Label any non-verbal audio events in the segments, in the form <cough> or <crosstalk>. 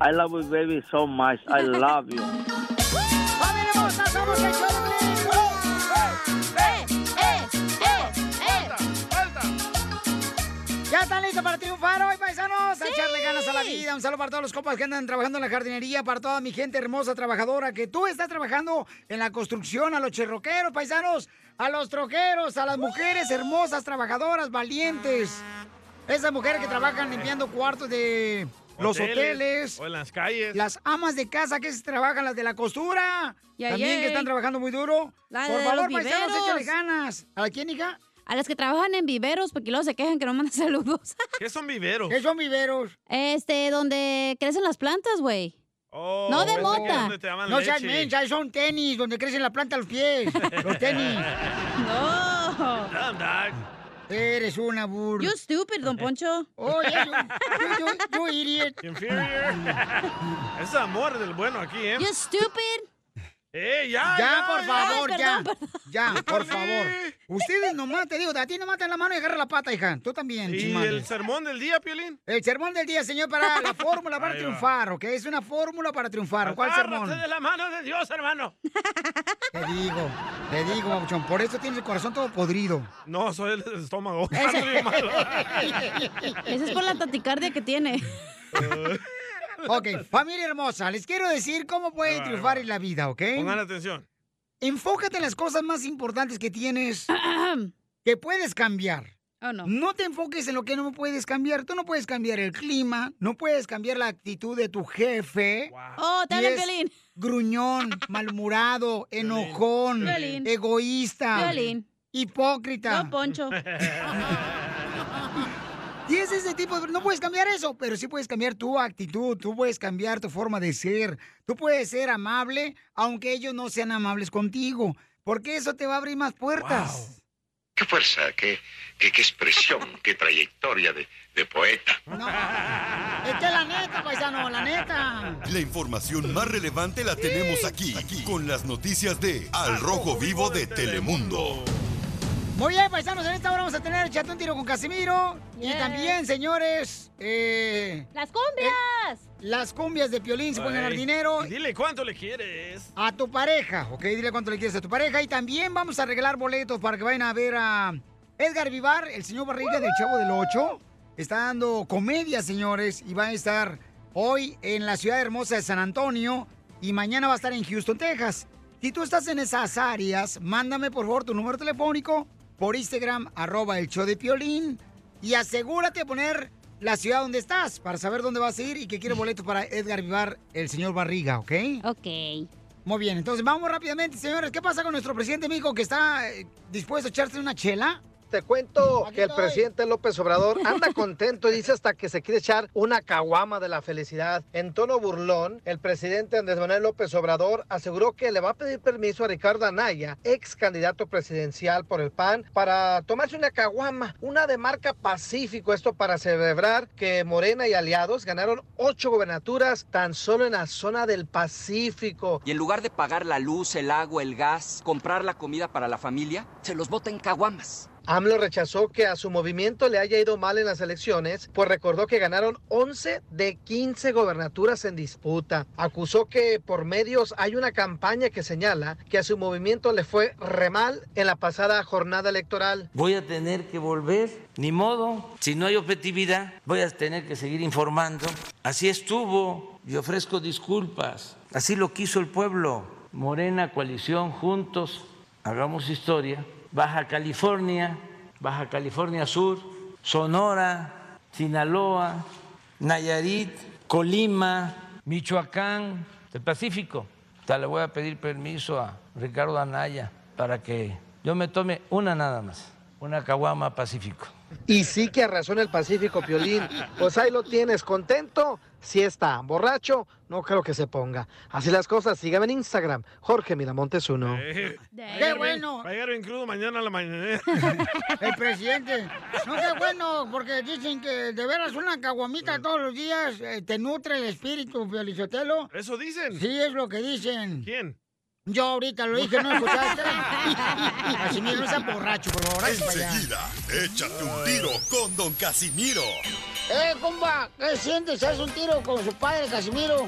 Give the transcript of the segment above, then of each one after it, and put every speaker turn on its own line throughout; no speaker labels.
I love you, baby, so much. I love you.
¡Familia hermosa, somos el show de Piolín!
¿Ya están listos para triunfar hoy, paisanos? A echarle ganas a la vida. Un saludo para todos los compas que andan trabajando en la jardinería, para toda mi gente hermosa trabajadora, que tú estás trabajando en la construcción, a los cherroqueros, paisanos, a los troqueros, a las mujeres hermosas, trabajadoras, valientes. Esas mujeres que trabajan limpiando cuartos de los hoteles.
O en las calles.
Las amas de casa que se trabajan, las de la costura.
Ya,
también
ya.
que están trabajando muy duro.
La
Por
de
favor,
los
paisanos,
viveros.
échale ganas. ¿A quién, hija?
A las que trabajan en viveros, porque luego se quejan que no mandan <laughs> saludos.
¿Qué son viveros?
¿Qué son viveros?
Este, donde crecen las plantas, güey.
Oh,
no de
pensé que era
mota.
donde te daban
No
leche.
seas mensa, ahí son tenis, donde crecen la planta a los pies. Los tenis.
<laughs> No.
Eres Eh, una burla.
You stupid, don Poncho.
Oye, Oh, you, you, you idiot.
Inferior. Oh, es amor del bueno aquí, ¿eh?
You stupid.
¡Eh, ya!
Ya, por favor,
Ay,
ya.
perdón,
Ya, por favor. Ustedes nomás, te digo, a ti nomás te dan la mano y agarra la pata, hija. Tú también,
¿Y
chimales.
el sermón del día, Piolín?
El sermón del día, señor,
<laughs>
para la fórmula para
Ahí va.
triunfar, ¿ok? Es una fórmula para triunfar. ¿Cuál sermón?
Agárrate de la mano de Dios, hermano.
Te digo, te digo, babuchón. Por eso tienes el corazón todo podrido.
No, soy el del estómago. <laughs>
Ese-
Ando bien malo.
Esa es por la taticardia que tiene.
<laughs>
Ok, familia hermosa, les quiero decir cómo pueden
Ahí va, ahí
triunfar
va.
en la vida, ¿ok?
Pongan atención.
Enfócate en las cosas más importantes que tienes que puedes cambiar.
Oh, no.
No te enfoques en lo que no puedes cambiar. Tú no puedes cambiar el clima, no puedes cambiar la actitud de tu jefe.
Oh, te
Y
habla el
es
violín. <laughs>
Gruñón, malhumorado, enojón,
Violín.
egoísta,
Violín.
hipócrita. <laughs>
Don Poncho.
Y es ese tipo de... No puedes cambiar eso, pero sí puedes cambiar tu actitud, tú puedes cambiar tu forma de ser, tú puedes ser amable, aunque ellos no sean amables contigo, porque eso te va a abrir más puertas.
qué fuerza, qué, qué, qué expresión, qué trayectoria de, de poeta.
No, es que la neta, paisano, la neta.
La información más relevante la tenemos aquí, aquí, con las noticias de Al Rojo Vivo de Telemundo.
Muy bien, paisanos, en esta hora vamos a tener Echate un tiro con Casimiro. Y
Yes.
también, señores, eh,
¡Las cumbias!
las cumbias de Piolín se pueden ganar
Ay,
dinero
y Dile cuánto le quieres.
a tu pareja, ¿ok? Dile cuánto le quieres a tu pareja. Y también vamos a regalar boletos para que vayan a ver a Edgar Vivar, el señor Barriga del Chavo del Ocho. Está dando comedia, señores, y va a estar hoy en la ciudad hermosa de San Antonio y mañana va a estar en Houston, Texas. Si tú estás en esas áreas, mándame por favor tu número telefónico por Instagram, arroba el show de Piolín, y asegúrate de poner la ciudad donde estás para saber dónde vas a ir y que quiere boletos para Edgar Vivar, el señor Barriga, ¿ok?
Ok.
Muy bien, entonces vamos rápidamente, señores. ¿Qué pasa con nuestro presidente Mico que está eh, dispuesto a echarse una chela?
Te cuento
Aquí
que el
estoy.
presidente López Obrador anda contento y dice hasta que se quiere echar una caguama de la felicidad. En tono burlón, el presidente Andrés Manuel López Obrador aseguró que le va a pedir permiso a Ricardo Anaya, ex candidato presidencial por el PAN, para tomarse una caguama, una de marca Pacífico, esto para celebrar que Morena y aliados ganaron ocho gobernaturas tan solo en la zona del Pacífico.
Y en lugar de pagar la luz, el agua, el gas, comprar la comida para la familia, se los bota en caguamas.
AMLO rechazó que a su movimiento le haya ido mal en las elecciones, pues recordó que ganaron 11 de 15 gobernaturas en disputa. Acusó que por medios hay una campaña que señala que a su movimiento le fue re mal en la pasada jornada electoral.
Voy a tener que volver, ni modo, si no hay objetividad, voy a tener que seguir informando. Así estuvo y ofrezco disculpas. Así lo quiso el pueblo. Morena, coalición, juntos, hagamos historia. Baja California, Baja California Sur, Sonora, Sinaloa, Nayarit, Colima, Michoacán, el Pacífico. Hasta le voy a pedir permiso a Ricardo Anaya para que yo me tome una nada más, una caguama Pacífico.
Y sí que arrasó en el Pacífico, Piolín. Pues ahí lo tienes, contento. Si está borracho, no creo que se ponga. Así las cosas, síganme en Instagram, Jorge Miramontes uno.
Eh, va a
¡Qué
llegar
bueno!
bien- Va a llegar bien crudo mañana a la mañana.
<laughs> El presidente. No, qué bueno, porque dicen que de veras una caguamita todos los días eh, te nutre el espíritu, Felicitelo.
¿Eso dicen?
Sí, es lo que dicen.
¿Quién?
Yo ahorita lo dije,
<laughs>
no escuchaste. <laughs> Así mismo, no seas borracho, por favor. hazte para allá.
Enseguida, échate un tiro con Don Casimiro.
¡Eh, compa! ¿Qué sientes? ¿Haz un tiro con su padre, Casimiro?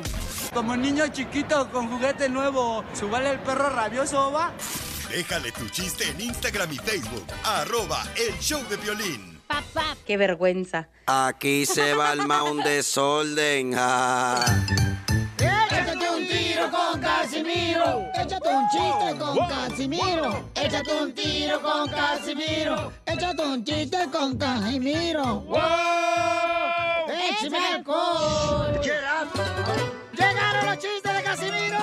Como niño chiquito con juguete nuevo, ¿subale el perro rabioso, va?
Déjale tu chiste en Instagram y Facebook, arroba el show de violín.
Qué vergüenza.
Aquí se va el mound desorden. ja.
¡Échate un tiro con Casimiro! ¡Échate un chiste con Casimiro! ¡Échate un tiro con Casimiro! ¡Échate un chiste con Casimiro! ¡Wow! ¡Échame alcohol! ¡Llegaron los chistes de Casimiro!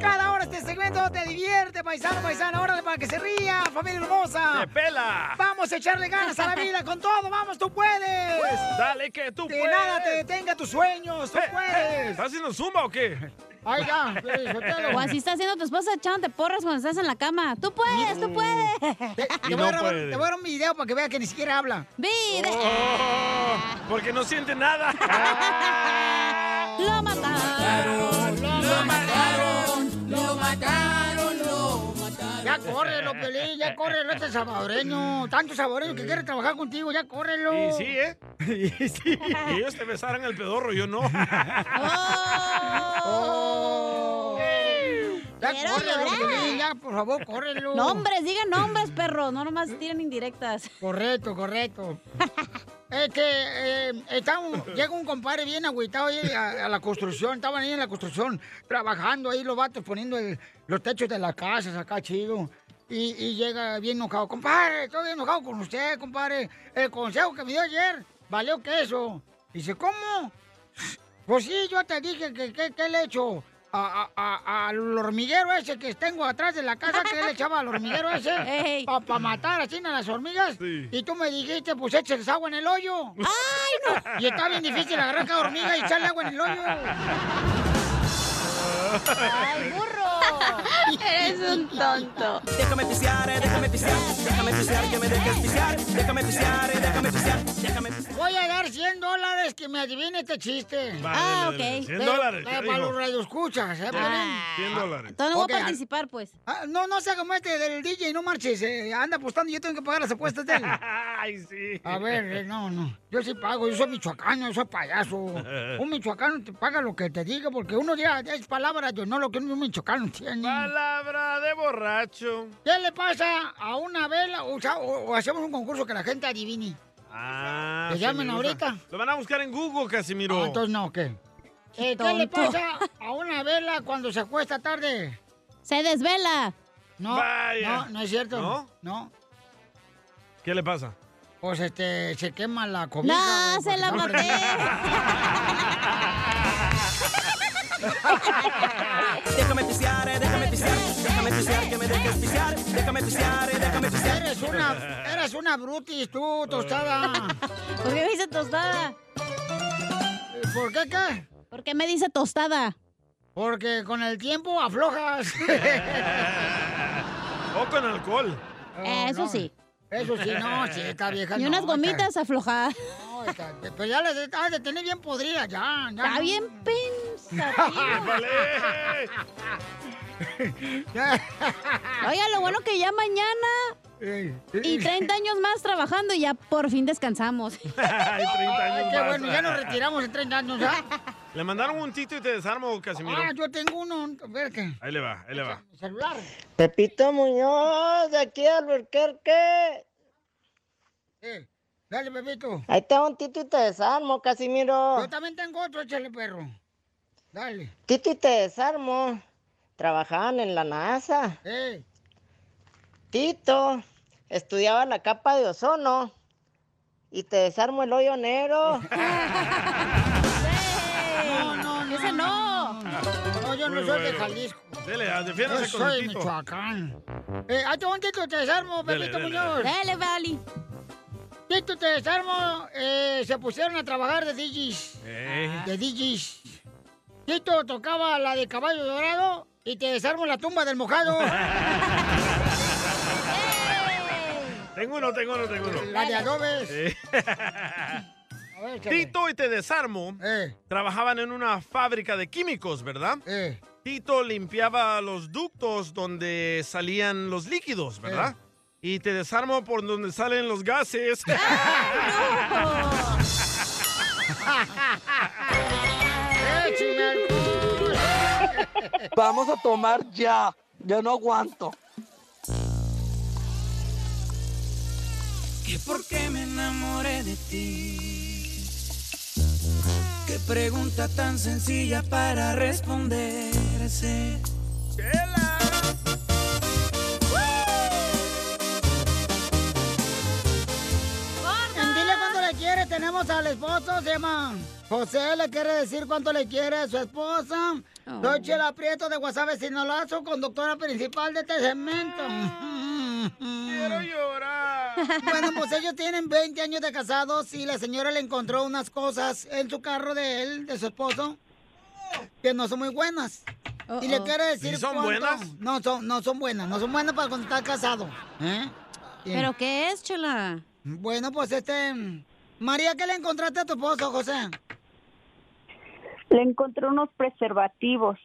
Cada hora este segmento te divierte, paisano, paisano. Órale para que se ría, familia hermosa.
¡Te pela!
Vamos a echarle ganas a la vida con todo. Vamos, tú puedes.
Pues, Dale que tú
Que
puedes.
nada te detenga tus sueños. Tú puedes.
Eh, ¿Estás haciendo zumba o qué? <laughs>
Ay, ya, eh, Piolín,
O así está haciendo tu esposa echándote porras cuando estás en la cama. ¡Tú puedes, tú puedes!
Te voy, a grabar, te voy a dar un video para que veas que ni siquiera habla.
¡Video!
Oh, porque no siente
<laughs>
nada.
¡Lo mataron!
¡Lo mataron! ¡Lo mataron! ¡Lo mataron!
Ya córrelo, Pelín, ya córrelo este salvadoreño. Tanto salvadoreño que quiere trabajar contigo, ya córrelo.
Y sí, ¿eh? Y sí. Y ellos te besaran el pedorro, yo no.
Oh. Ya
Quiero
córrelo,
llorar.
Pelín, ya, por favor, córrelo.
Nombres, digan nombres, perro. No nomás tiren indirectas.
Correcto,
<laughs>
correcto. Este, eh, está un- llega un compadre bien agüitado ahí a, a la construcción, estaban ahí en la construcción, trabajando ahí los vatos, poniendo el- los techos de las casas acá, chido. Y, y llega bien enojado, compadre, estoy bien enojado con usted, compadre. El consejo que me dio ayer, valió queso. Dice, ¿cómo? Pues sí, yo te dije que, que, que le echo a- a- a- al hormiguero ese que tengo atrás de la casa, que le echaba al hormiguero
<laughs>
ese, para matar así a las hormigas. Y tú me dijiste, pues échales agua en el hoyo. ¡Ay, no! <laughs> Y está bien difícil agarrar cada hormiga y echarle agua en el hoyo.
¡Ay,
burro! <laughs> Eres un tonto.
Déjame pisear, eh, déjame pisear, déjame pisear, que me dejes pisear, déjame pisear, eh, déjame pisear, déjame pisear.
Voy a dar 100 dólares que me adivine este chiste. eh,
Vale, Ah, vale, vale. ok. 100 dólares,
Para,
¿qué
para
dijo?
los radioescuchas, ¿eh?
Ah, 100 dólares.
Entonces no voy
Ok,
a
ah,
participar, pues.
Ah, no, no sea como este del DJ, no marches. eh, anda apostando, yo tengo que pagar las
<laughs>
apuestas de él.
Ay, sí.
A ver, eh, no, no. Yo sí pago, yo soy michoacano, yo soy
<laughs>
payaso. Un michoacano te paga lo que te diga, porque uno ya es palabra yo no lo que un michoacano tiene.
Palabra de borracho.
¿Qué le pasa a una vela? O, sea, o- o hacemos un concurso que la gente adivine.
Ah,
Que
sí
Pues llamen
me gusta.
ahorita.
Lo van a buscar en Google, Casimiro.
Ah, entonces no, ¿qué? Eh, ¿Qué le pasa a una vela cuando se acuesta tarde?
Se desvela.
No,
Vaya.
no, no es cierto.
¿No? <laughs>
No.
¿Qué le pasa?
Pues este, se quema la comida.
No, se la maté.
Déjame pisear, eh, déjame pisear, déjame pisear, que me dejes pisear, déjame pisear, eh, déjame pisear.
Eres una, eres una brutis tú,
<laughs>
tostada.
¿Por qué me dice tostada?
eh, ¿Por qué qué?
¿Por qué me dice tostada?
Porque con el tiempo aflojas.
o con alcohol.
Eh,
Ah, eso <laughs> sí.
Eso sí, no, sí,
<laughs>
está vieja.
Y
no,
unas
está-
gomitas aflojadas.
no, está- Pero ya las has de tener bien podridas, ya. ya
Está
no.
bien pensativa.
Ya.
<laughs> Oiga, lo bueno que ya mañana Y 30 años más trabajando y ya por fin descansamos.
<laughs> Ay, 30 años
<laughs> Ay, qué
más.
bueno, ya nos retiramos
<laughs>
en 30 años, ¿ah?
Le mandaron un tito y te desarmo, Casimiro.
Ah, yo tengo uno, a ver qué.
Ahí le va, ahí le va.
Celular.
Pepito Muñoz, de aquí a Albuquerque.
Eh, dale, bebito.
Ahí está un tito y te desarmo, Casimiro.
Yo también tengo otro, échale, perro. Dale.
Tito y te desarmo. Trabajaban en la NASA.
Eh,
Tito estudiaba la capa de ozono. Y te desarmo el hoyo negro.
No, no, no. Ese no. No, yo no
Muy
soy de
bueno.
Jalisco.
Dele, ah, defiéndase
Yo
con
soy
el tito.
Michoacán. Eh, ahí te va un tito, te desarmo,
Dale,
Pepito
dale,
Muñoz.
dale.
Dale, Vali. Tito, te desarmo. Eh, se pusieron a trabajar de DJs.
Ey.
De DJs. Tito tocaba la de caballo dorado y te desarmo la tumba del mojado.
Tengo uno, tengo uno, tengo uno.
La de adobes.
Eh.
échale.
Tito y te desarmo
Eh.
trabajaban en una fábrica de químicos, ¿verdad?
Eh.
Tito limpiaba los ductos donde salían los líquidos, ¿verdad?
Eh.
Y te desarmo por donde salen los
<laughs>
gases.
¡Échame alcohol!
Vamos a tomar ya. Yo no aguanto.
¿Y por qué me enamoré de ti? Qué pregunta tan sencilla para responderse.
En Dile cuánto le quiere, tenemos al esposo, se llama José, le quiere decir cuánto le quiere a su esposa. Soy Chela Prieto de Guasave Sinolazo, conductora principal de este segmento. Quiero llorar. Bueno, pues ellos tienen 20 años de casados y la señora le encontró unas cosas en su carro de él, de su esposo, que no son muy buenas. Y le quiere decir
¿Y son
cuánto-
buenas?
No son, no son buenas, no son buenas para cuando está casado. ¿eh?
¿Pero qué es, Chela?
Bueno, pues este. María, ¿qué le encontraste a tu esposo, José?
Le encontré unos preservativos.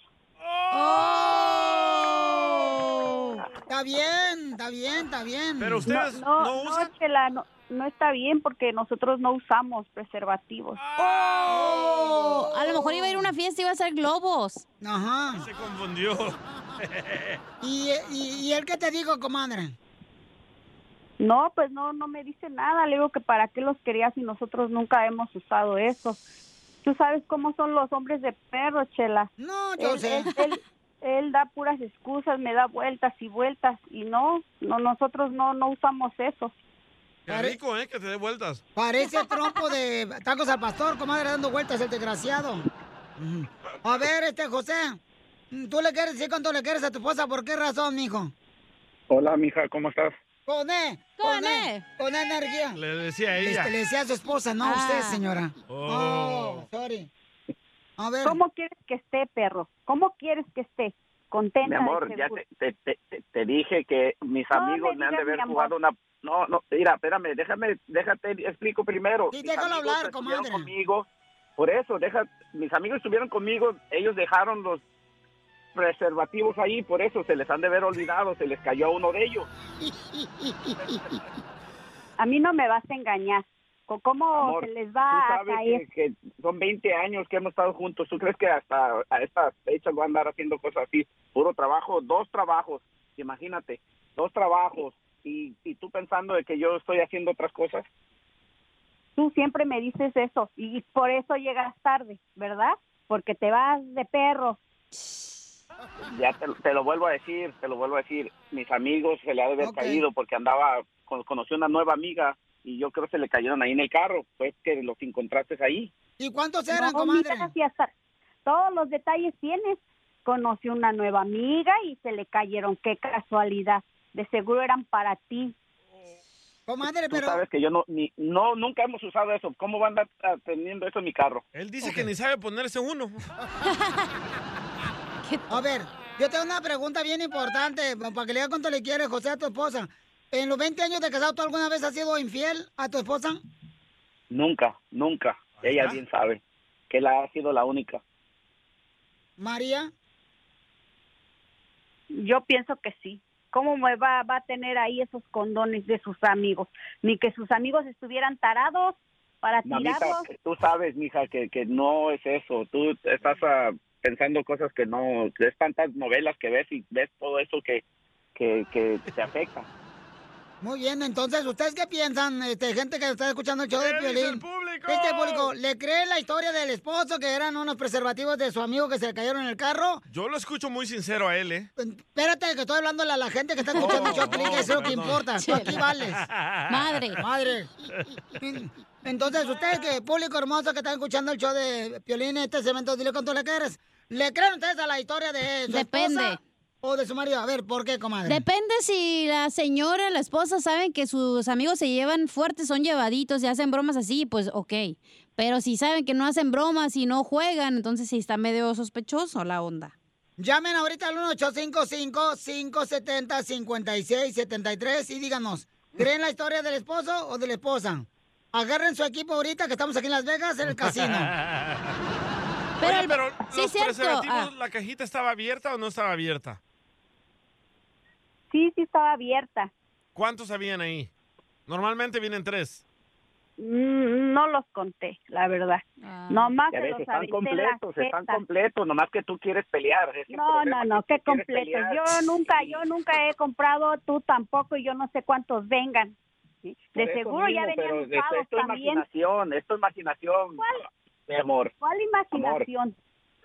Está bien, está bien, está bien.
no, no, no, Chela, no, no está bien porque nosotros no usamos preservativos.
Oh, a lo mejor iba a ir a una fiesta y iba a hacer globos.
Ajá.
Se confundió.
¿Y, y, y él qué te dijo, comadre?
No, pues no, no me dice nada. Le digo que para qué los quería si nosotros nunca hemos usado eso. Tú sabes cómo son los hombres de perro, Chela.
No, yo
él,
sé.
Él, él- él da puras excusas, me da vueltas y vueltas y no, no nosotros no, no usamos eso.
Qué rico, ¿eh? Que te dé vueltas.
Parece trompo de tacos al pastor, comadre, dando vueltas el desgraciado. A ver, este José, ¿tú le quieres decir cuánto le quieres a tu esposa? ¿Por qué razón, mijo?
Hola, mija, ¿cómo estás?
Con E, con E, con E energía.
Le decía a ella.
Este, le decía a su esposa, no a usted, <laughs>
Ah.
señora.
Oh.
Oh, sorry. A ver.
¿Cómo quieres que esté, perro? ¿Cómo quieres que esté? Contenta.
Mi
de
amor, ya
seguro.
te, te- te- te- te dije que mis
No
amigos
me
me han de
digas,
haber
mi amor.
jugado una... No, no, mira, espérame, déjame, déjate, explico primero.
Sí,
Mis
déjalo
amigos
hablar,
estuvieron
comadre.
Conmigo, por eso, deja, mis amigos estuvieron conmigo, ellos dejaron los preservativos ahí, por eso se les han de haber olvidado, se les cayó a uno de ellos.
A mí no me vas a engañar. ¿Con ¿Cómo
Amor,
se les
Tú
va a
sabes
caer?
que, que son 20 años que hemos estado juntos. ¿Tú crees que hasta a esta fecha voy a andar haciendo cosas así? Puro trabajo, dos trabajos, imagínate, dos trabajos. Y, y tú pensando de que yo estoy haciendo otras cosas.
Tú siempre me dices eso y por eso llegas tarde, ¿verdad? Porque te vas de perro.
Ya te, te lo vuelvo a decir, te lo vuelvo a decir. Mis amigos se le ha de haber caído porque andaba, con, conocí una nueva amiga y yo creo que se le cayeron ahí en el carro. Pues que los encontraste ahí.
¿Y cuántos
eran, comadre? todos los detalles tienes. Conocí una nueva amiga y se le cayeron. Qué casualidad. De seguro eran para ti.
Comadre,
Tú sabes que yo no, ni, no, nunca hemos usado eso. ¿Cómo van a andar ah, teniendo eso en mi carro?
Él dice que ni sabe ponerse uno.
A ver, yo tengo una pregunta bien importante pa- para que le diga cuánto le quieres, José, a tu esposa. En los 20 años de casado, ¿tú alguna vez has sido infiel a tu esposa?
Nunca, nunca. Ella bien sabe que la ha sido la única.
María.
Yo pienso que sí. ¿Cómo me va, va a tener ahí esos condones de sus amigos? Ni que sus amigos estuvieran tarados para
Mamita,
tirarlos.
tú sabes, mija, que, que no es eso. Tú estás ah, pensando cosas que no... Es tantas novelas que ves y ves todo eso que, que, que te afecta.
Muy bien, entonces, ¿ustedes qué piensan? Este, gente que está escuchando el show de
¿Qué dice
Piolín.
el público?
¿Qué dice el público? ¿Le cree la historia del esposo que eran unos preservativos de su amigo que se le cayeron en el carro?
Yo lo escucho muy sincero a él, ¿eh?
Espérate, que estoy hablando a la gente que está escuchando el show de Piolín, que eso es lo que
perdón.
importa.
<laughs>
Tú aquí vales.
Madre.
Madre. En- Entonces, ustedes que, público hermoso que está escuchando el show de Piolín, este segmento, dile cuánto le quieres. ¿Le creen ustedes a la historia de su
Depende.
esposa o de su marido? A ver, ¿por qué, comadre?
Depende si la señora, la esposa saben que sus amigos se llevan fuertes, son llevaditos y hacen bromas así, pues ok. Pero si saben que no hacen bromas y no juegan, entonces sí está medio sospechoso la onda.
Llamen ahorita al 1-855-570-5673 y díganos, ¿creen la historia del esposo o de la esposa? Agarren su equipo ahorita que estamos aquí en Las Vegas en el casino.
Pero, <laughs>
Pero
Oye,
el-
pero
Ah. sí,
los
es cierto.
preservativos,
Ah.
¿la cajita estaba abierta o no estaba abierta?
Sí, sí estaba abierta.
¿Cuántos habían ahí? Normalmente vienen
<laughs>
tres.
Mm, No los conté, la verdad. Nomás
Ya
se
ves,
los
están
aventé en la
completos, están
jeta.
completos, nomás que tú quieres pelear. es el
No,
problema,
no, no,
que
qué
tú quieres
completo.
pelear.
Yo nunca, yo nunca he comprado, tú tampoco, y yo no sé cuántos vengan. ¿sí?
pues Por
De
eso
seguro ya
mismo,
venían
pero este, esto-
usados
esto es
también.
imaginación, esto es imaginación, mi amor.
¿Cuál imaginación?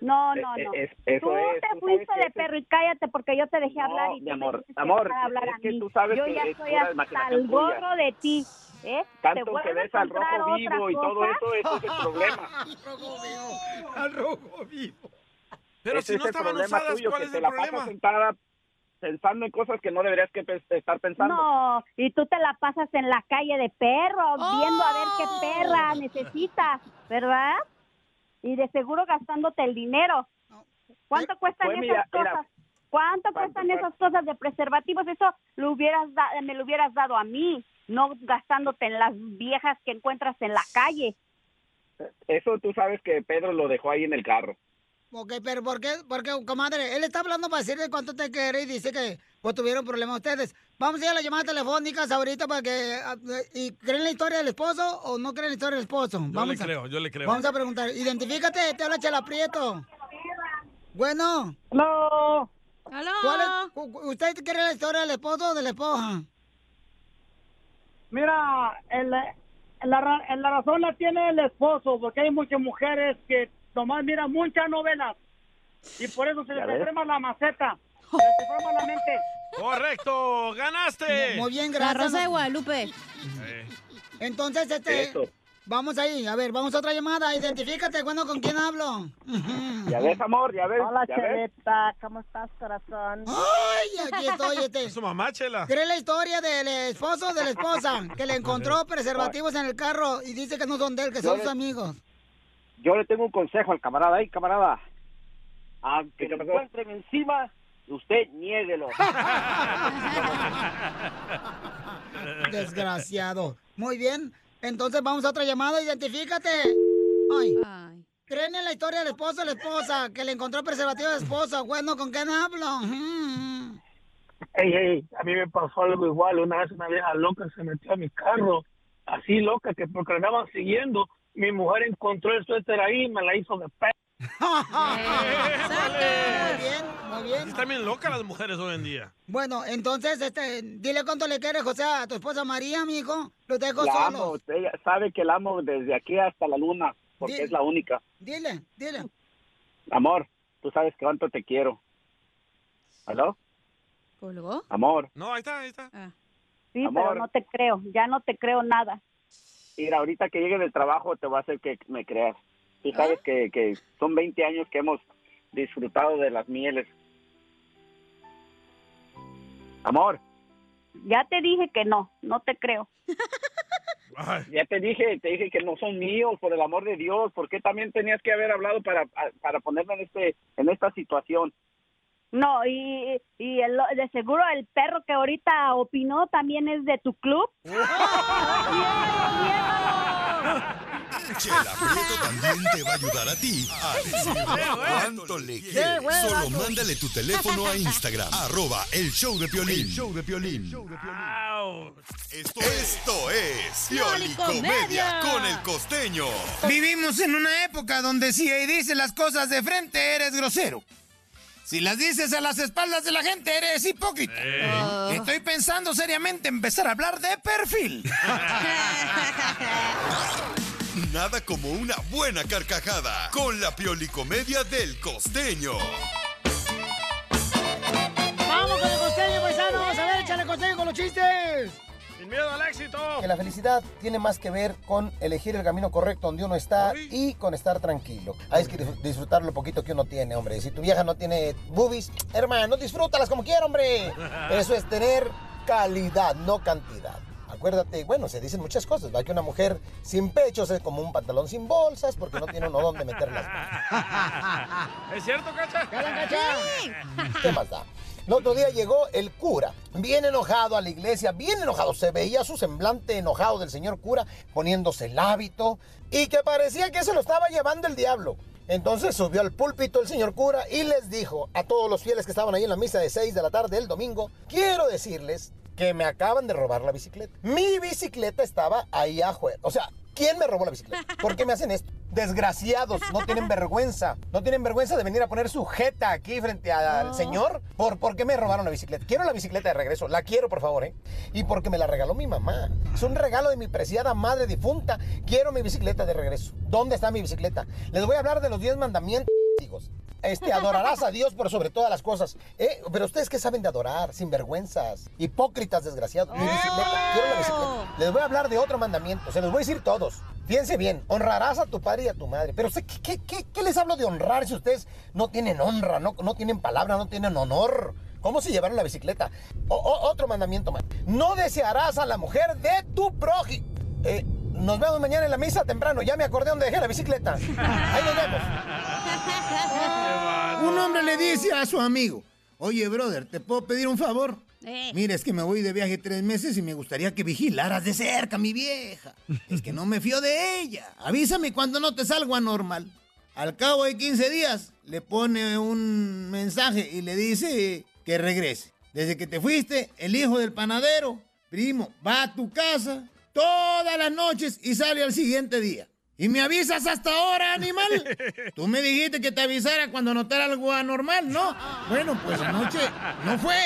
No, no,
Eh,
no.
eh, es- eso
tú
es,
te
tú
fuiste
sabes
de perro y cállate porque yo te dejé hablar y tú
mi
me
amor,
tienes que
amor,
dejar hablar
es
a
que
mí.
tú sabes
yo
que
ya
es
estoy
pura
hasta
imaginación
el
tuya.
gorro de ti. ¿eh?
Tanto
Te
que
vuelvo a
ves al rojo
encontrar
vivo
otra
y todo
cosa.
eso, eso
<laughs>
es el problema.
Al rojo vivo.
Pero
Ese
si no
es el
estaban
problema
usadas,
tuyo,
¿cuál
que
es
te
el
la pasas
problema?
sentada pensando en cosas que no deberías que pe- estar pensando.
No, y tú te la pasas en la calle de perro, viendo a ver qué perra necesitas, ¿verdad? Y de seguro gastándote el dinero. ¿Cuánto cuestan
Fue mi-
esas
mira,
cosas? ¿Cuánto
para
cuestan
empezar-
esas cosas de preservativos? Eso lo hubieras da- me lo hubieras dado a mí, no gastándote en las viejas que encuentras en la calle.
Eso tú sabes que Pedro lo dejó ahí en el carro.
Ok, pero ¿por qué? Porque, comadre, él está hablando para decirle cuánto te quiere y dice que pues tuvieron problemas ustedes. Vamos a ir a las llamadas telefónicas ahorita para que... ah, ¿Y creen la historia del esposo o no creen la historia del esposo?
Yo
Vamos
le
a...
creo, yo le creo.
Vamos a preguntar. Identifícate, te habla Chela Prieto. Bueno.
Hello.
¿Cuál es- cu- cu- ¿Usted quiere la historia del esposo o de la esposa?
Mira, el- la, ra- la razón la tiene el esposo, porque hay muchas mujeres que nomás miran muchas novelas y por eso se les
Ya ves.
enferma la
<laughs>
maceta, se les enferma la mente.
¡Correcto! ¡Ganaste!
Muy bien, gracias.
La Rosa de Guadalupe.
Eh,
Entonces, este...
Eso.
Vamos ahí, a ver, vamos a otra llamada. Identifícate, bueno, ¿con quién hablo?
Ya ves, amor, ya ves.
Hola,
ya ves.
Chelita, ¿cómo estás, corazón? Ay, aquí estoy,
<laughs>
este.
Su mamá, Chela.
¿Cree la historia del esposo o de la esposa que le encontró preservativos en el carro y dice que no son de él, que son sus amigos?
Yo le tengo un consejo al camarada. Ahí, camarada. Aunque lo encuentren encima, usted
<laughs>
niéguelo.
Desgraciado. Muy bien, entonces vamos a otra llamada, identifícate. Ay. ¿Creen en la historia del esposo o la esposa que le encontró preservativo a la esposa? Bueno, ¿con quién hablo? Mm.
Ey, ey, a mí me pasó algo igual. Una vez una vieja loca se metió a mi carro, así loca que porque la andaban siguiendo, mi mujer encontró el suéter ahí y me la hizo de pe.
Muy bien, muy bien.
Están bien locas las mujeres hoy en día.
Bueno, entonces, este, dile cuánto le quieres, José, a tu esposa María, mi hijo. Los dejo
La
solos.
amo, ella sabe que la amo desde aquí hasta la luna, porque
Dile.
es la única.
Dile, dile.
Amor, tú sabes cuánto te quiero. ¿Aló?
¿Colgó?
Amor,
No, ahí está, ahí está.
Sí,
Amor.
pero no te creo, ya no te creo nada.
mira, ahorita que llegue del trabajo te va a hacer que me creas. Tú
¿Ah?
sabes que, que son 20 años que hemos disfrutado de las mieles. Amor.
Ya te dije que no, no te creo.
Ya te dije, te dije que no son míos, por el amor de Dios, porque también tenías que haber hablado para, para ponerme en este, en esta situación.
No, y, y el- de seguro el perro que ahorita opinó también es de tu club.
Chela Prieto también te va a ayudar a ti a decirle cuánto le
¡Qué
quieres.
buen
Solo
dato!
mándale tu teléfono a <laughs> Instagram, arroba el show de Piolín. show de Esto, esto es Pioli Comedia con el costeño.
<laughs> Vivimos en una época donde si dices las cosas de frente eres grosero. Si las dices a las espaldas de la gente eres hipócrita.
Oh.
Estoy pensando seriamente empezar a hablar de perfil.
Nada como una buena carcajada con la Pioli Comedia del costeño.
¡Vamos con el costeño, paisanos! A ver, échale costeño con los chistes.
Sin miedo al éxito.
Que la felicidad tiene más que ver con elegir el camino correcto donde uno está y con estar tranquilo. Hay que dis- disfrutar lo poquito que uno tiene, hombre. Si tu vieja no tiene boobies, hermano, disfrútalas como
<laughs>
quiera, hombre. Eso es tener calidad, no cantidad. Acuérdate, bueno, se dicen muchas cosas, ¿verdad? Que una mujer sin pechos es como un pantalón sin bolsas porque no tiene uno donde meter las
<laughs> ¿Es cierto, Cacha? <laughs>
¿Qué más da? El otro día llegó el cura, bien enojado a la iglesia, bien enojado. Se veía su semblante enojado del señor cura poniéndose el hábito y que parecía que se lo estaba llevando el diablo. Entonces subió al púlpito el señor cura y les dijo a todos los fieles que estaban ahí en la misa de 6 de la tarde el domingo, quiero decirles que me acaban de robar la bicicleta. Mi bicicleta estaba ahí afuera. O sea, ¿quién me robó la bicicleta? ¿Por qué me hacen esto? Desgraciados, no tienen vergüenza. No tienen vergüenza de venir a poner su jeta aquí frente a- al
No.
señor. ¿Por, ¿Por qué me robaron la bicicleta? Quiero la bicicleta de regreso. La quiero, por favor, ¿eh? Y porque me la regaló mi mamá. Es un regalo de mi preciada madre difunta. Quiero mi bicicleta de regreso. ¿Dónde está mi bicicleta? Les voy a hablar de los 10 mandamientos hijos. Este, adorarás a Dios por sobre todas las cosas. Eh, Pero ustedes qué saben de adorar, sinvergüenzas, hipócritas, desgraciados. Mi bicicleta, quiero la bicicleta. Les voy a hablar de otro mandamiento, se los voy a decir todos. Fíjense bien, honrarás a tu padre y a tu madre. Pero ¿qué, qué, qué- qué les hablo de honrar si ustedes no tienen honra, no, no tienen palabra, no tienen honor? ¿Cómo se llevaron la bicicleta? O- o- otro mandamiento más. No desearás a la mujer de tu prójimo. Eh, nos vemos mañana en la misa temprano. Ya me acordé dónde dejé la bicicleta. Ahí nos vemos.
<laughs> Un hombre le dice a su amigo, oye brother, ¿te puedo pedir un favor? Mira, es que me voy de viaje tres meses y me gustaría que vigilaras de cerca a mi vieja. Es que no me fío de ella. Avísame cuando no te salgo anormal. Al cabo de 15 días, le pone un mensaje y le dice que regrese. Desde que te fuiste, el hijo del panadero, primo, va a tu casa todas las noches y sale al siguiente día. ¿Y me avisas hasta ahora, animal? Tú me dijiste que te avisara cuando notara algo anormal, ¿no? Bueno, pues anoche no fue.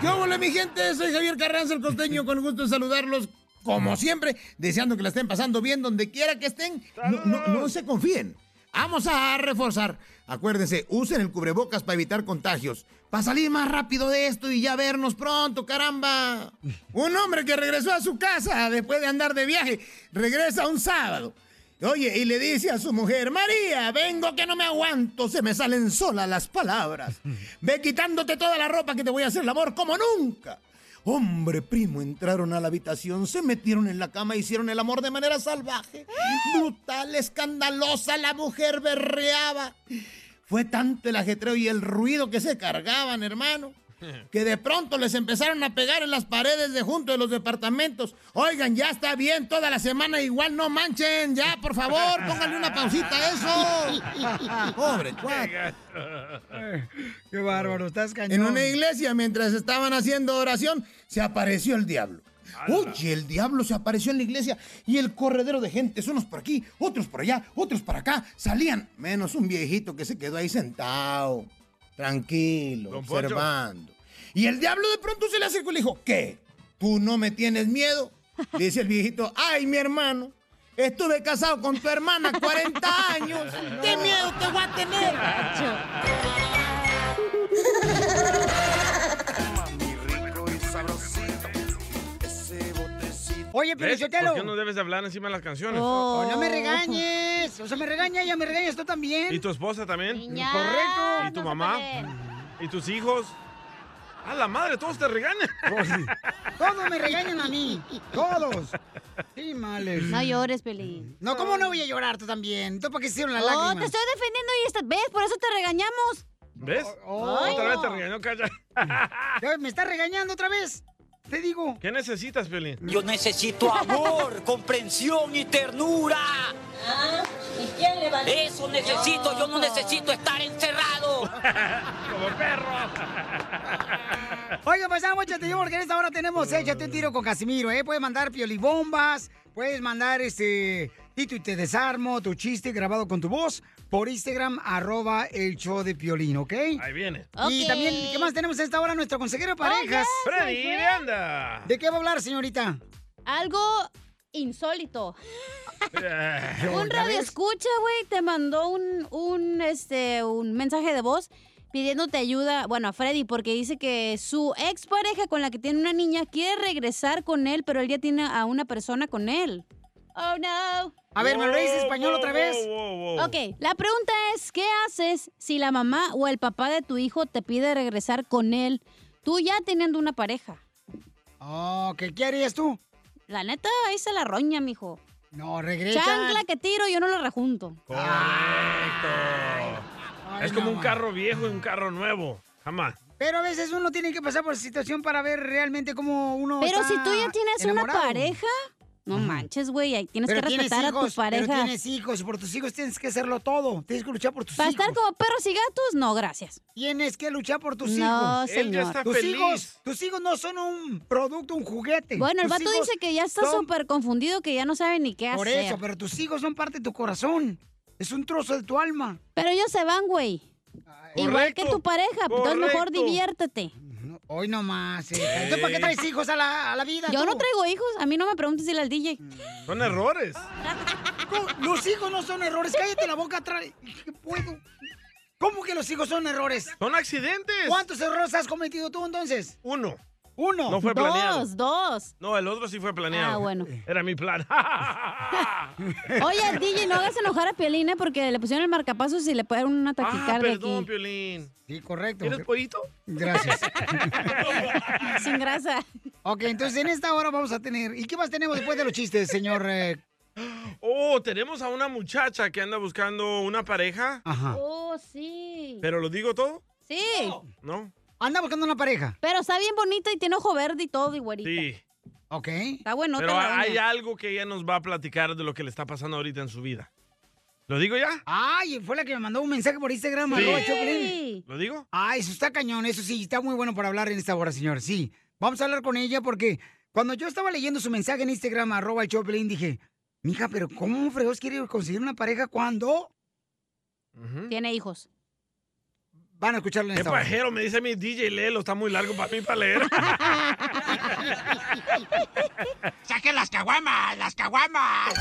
¿Qué hola, mi gente? Soy Javier Carranza, el costeño, con el gusto de saludarlos. Como siempre, deseando que la estén pasando bien donde quiera que estén. No, no- no se confíen. Vamos a reforzar. Acuérdense, usen el cubrebocas para evitar contagios. Para salir más rápido de esto y ya vernos pronto, caramba. Un hombre que regresó a su casa después de andar de viaje, regresa un sábado. Oye, y le dice a su mujer, María, vengo que no me aguanto, se me salen solas las palabras. Ve quitándote toda la ropa que te voy a hacer el amor como nunca. Hombre, primo, entraron a la habitación, se metieron en la cama, hicieron el amor de manera salvaje, brutal, escandalosa, la mujer berreaba. Fue tanto el ajetreo y el ruido que se cargaban, hermano, que de pronto les empezaron a pegar en las paredes de junto de los departamentos. Oigan, ya está bien, toda la semana igual, no manchen, ya, por favor, pónganle una pausita a eso. <laughs> Pobre cuate.
Qué bárbaro, estás cañón.
En una iglesia, mientras estaban haciendo oración, se apareció el diablo. Oye, el diablo se apareció en la iglesia y el corredero de gentes, unos por aquí, otros por allá, otros por acá, salían, menos un viejito que se quedó ahí sentado, tranquilo,
Don Poncho.
observando. Y el diablo de pronto se le acercó y le dijo, ¿qué? ¿Tú no me tienes miedo? Dice el viejito, ay, mi hermano, estuve casado con tu hermana 40 años, <laughs> ¿qué miedo te voy a tener?
Oye, pero
¿Ves?
Sotelo.
¿Por qué no debes de hablar encima de las canciones?
Oh, no me regañes. O sea, me regaña, ya me regañas tú también.
¿Y tu esposa también?
Niña, Correcto.
¿Y tu
no se
mamá? ¿Y tus hijos? ¡A la madre! ¡Todos te
<laughs>
regañan!
Oh, Todos me regañan a mí. Todos. Sí, males.
No llores, Pelín.
No, ¿cómo no voy a llorar tú también? ¿Tú para qué hicieron las
Oh,
lágrimas?
te estoy defendiendo y esta vez, por eso te regañamos.
¿Ves?
Oh.
Otra vez te regañó, Cacha.
Ya, ¿Me estás regañando otra vez? <laughs> Te digo.
¿Qué necesitas, Piolín?
Yo necesito amor, comprensión y ternura.
Ah, ¿y quién le va a
Eso necesito, yo no necesito estar encerrado. Como perro.
Oiga, pues damos échate yo, porque en esta hora
Oh.
tenemos échate un tiro con Casimiro, ¿eh? Puedes mandar piolibombas, puedes mandar este. Tito y te desarmo, tu chiste grabado con tu voz por Instagram, arroba el show de Piolín, ¿ok?
Ahí viene.
Y también, ¿qué más tenemos a esta hora? Nuestro consejero de parejas.
Oh, yes, Freddy my friend.
Miranda.
¿De qué va a hablar, señorita?
Algo insólito.
Yo,
un
¿ya
radio
ves?
escucha, güey, te mandó un, un, este, un mensaje de voz pidiéndote ayuda, bueno, a Freddy, porque dice que su expareja con la que tiene una niña quiere regresar con él, pero él ya tiene a una persona con él. Oh, no.
A ver, ¿me lo dices en español otra vez?
Ok, la pregunta es, ¿qué haces si la mamá o el papá de tu hijo te pide regresar con él, tú ya teniendo una pareja?
Oh, ¿qué, qué harías tú?
La neta, ahí se la roña, mijo.
No, regresa.
Chancla que tiro, yo no lo rejunto.
Correcto. es como
no
un
más.
carro viejo y un carro nuevo. Jamás.
Pero a veces uno tiene que pasar por esa situación para ver realmente cómo uno
Pero
está
si tú ya tienes
enamorado.
una pareja, no manches, güey, ahí tienes
Pero
que respetar a tu
hijos,
pareja.
Pero tienes hijos, por tus hijos tienes que hacerlo todo. Tienes que luchar por tus
¿Para
hijos.
estar como perros y gatos? No, gracias.
Tienes que luchar por tus
No,
hijos.
Él ya señor. está
tus
feliz.
hijos, tus hijos no son un producto, un juguete.
Bueno, el
Tus
vato
hijos
dice que ya está
son-
súper confundido, que ya no sabe ni qué
Por
hacer.
eso, pero tus hijos son parte de tu corazón. Es un trozo de tu alma.
Pero ellos se van, güey. Igual que
Correcto,
tu pareja, pues, entonces mejor
correcto.
diviértete.
Hoy nomás. hija. Entonces, ¿para qué traes hijos a la, a la vida?
Yo
tú?
no traigo hijos, a mí no me preguntes si la DJ.
Son errores.
No, Los hijos no son errores. Cállate la boca atrás. ¿Qué puedo? ¿Cómo que los hijos son errores?
Son accidentes.
¿Cuántos errores has cometido tú entonces?
Uno.
Uno.
No fue planeado.
Dos, dos.
No, el otro sí fue planeado.
Ah, bueno.
Era mi plan.
<laughs> Oye, DJ, no hagas enojar a Piolín, ¿eh? porque le pusieron el marcapasos y le pueden una
Ah,
taquicardia
perdón,
aquí.
Piolín.
Sí, correcto.
¿Eres pollito?
Gracias.
Sin grasa.
Ok, entonces en esta hora vamos a tener. ¿Y qué más tenemos después de los chistes, señor? eh?
<laughs> Oh, tenemos a una muchacha que anda buscando una pareja.
Ajá.
Oh, sí.
¿Pero lo digo todo?
Sí.
¿No?
Anda buscando una pareja.
Pero está bien bonita y tiene ojo verde y todo, y güerita.
Sí.
Ok.
Está bueno.
Pero hay algo que ella nos va a platicar de lo que le está pasando ahorita en su vida. ¿Lo digo ya?
Ay, fue la que me mandó un mensaje por Instagram.
Sí.
arroba Choplin.
¿Lo digo?
Ay, eso está cañón. Eso sí, está muy bueno para hablar en esta hora, señor. Sí. Vamos a hablar con ella porque cuando yo estaba leyendo su mensaje en Instagram, arroba el Choplin, dije, mija, pero ¿cómo fregos quiere conseguir una pareja cuando
Tiene hijos.
van a escucharlo en
Qué
esta hora?
pajero, me dice mi DJ, léelo, está muy largo para mí para
<laughs>
leer.
¡Saquen las caguamas! ¡Las caguamas!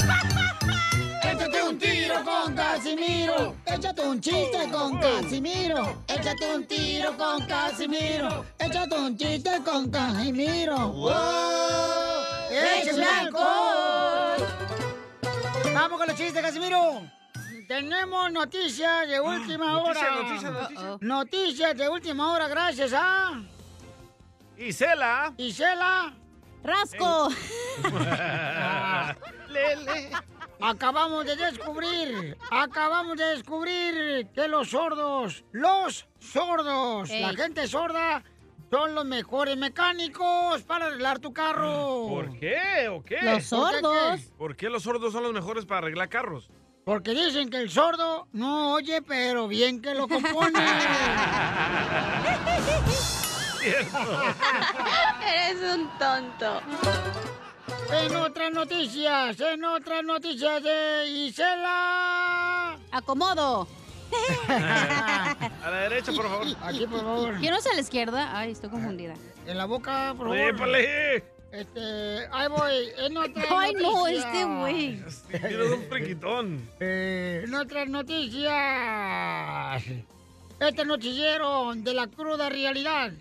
Échate un tiro con Casimiro. Échate un chiste con Casimiro. Échate un tiro con Casimiro. Échate un chiste con Casimiro.
¡Wow!
¡Échame alcohol! Vamos con los chistes, Casimiro. Tenemos noticias de última
Noticia,
hora.
noticia, noticia. Uh-oh.
Noticias de última hora, gracias a.
Isela.
Isela.
Rasco.
Lele. Acabamos de descubrir, acabamos de descubrir que los sordos, los sordos,
Ey.
la gente sorda, son los mejores mecánicos para arreglar tu carro.
¿Por qué o qué?
Los sordos.
¿Por qué los sordos son los mejores para arreglar carros? <laughs>
Porque dicen que el sordo no oye, pero bien que lo compone.
Eres un tonto.
en otras noticias, en otras noticias de Isela.
Acomodo.
a la derecha, por favor.
Aquí, por favor.
Quiero hacia la izquierda. Ay, estoy confundida.
En la boca, por favor.
¡Épale!
Este, ahí voy, en otras
<laughs> Ay, no,
noticias.
este güey.
Tienes un friquitón.
Eh, en otras noticias, este noticiero de la cruda realidad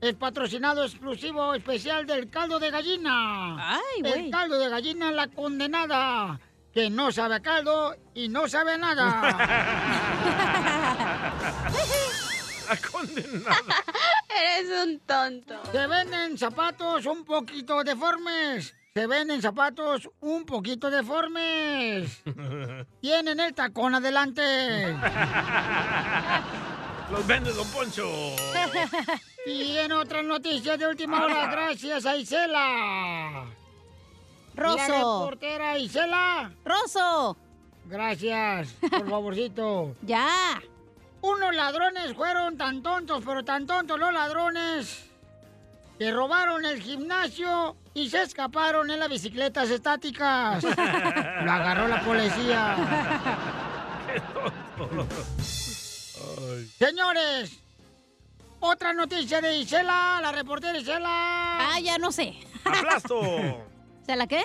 es patrocinado exclusivo especial del caldo de gallina.
Ay,
El caldo de gallina, la condenada, que no sabe a caldo y no sabe a
<laughs>
nada.
<laughs> Eres un tonto.
Se venden zapatos un poquito deformes. Se venden zapatos un poquito deformes. Tienen el tacón adelante.
Los vende Don
<laughs>
Poncho.
Y en otras noticias de última hora, gracias a Isela.
Rosso.
La reportera Isela.
Rosso. <laughs>
Gracias, por favorcito.
ya.
Unos ladrones fueron tan tontos, pero tan tontos los ladrones. Que robaron el gimnasio y se escaparon en las bicicletas
<laughs>
estáticas. Lo agarró la policía. Señores, otra noticia de Isela, la reportera Isela.
Ah, ya no sé.
¡Aplasto!
¿Se la qué?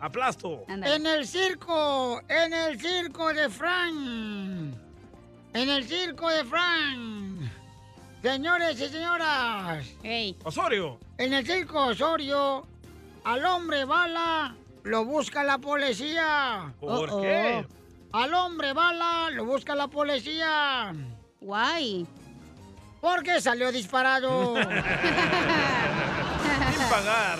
¡Aplasto!
En el circo, en el circo de Fran. En el circo de Fran. Señores y señoras.
Osorio.
En el circo Osorio, al hombre bala lo busca la policía.
¿Por Uh-oh. qué?
Al hombre bala lo busca la policía.
Guay.
Porque salió
<laughs>
disparado.
Sin pagar.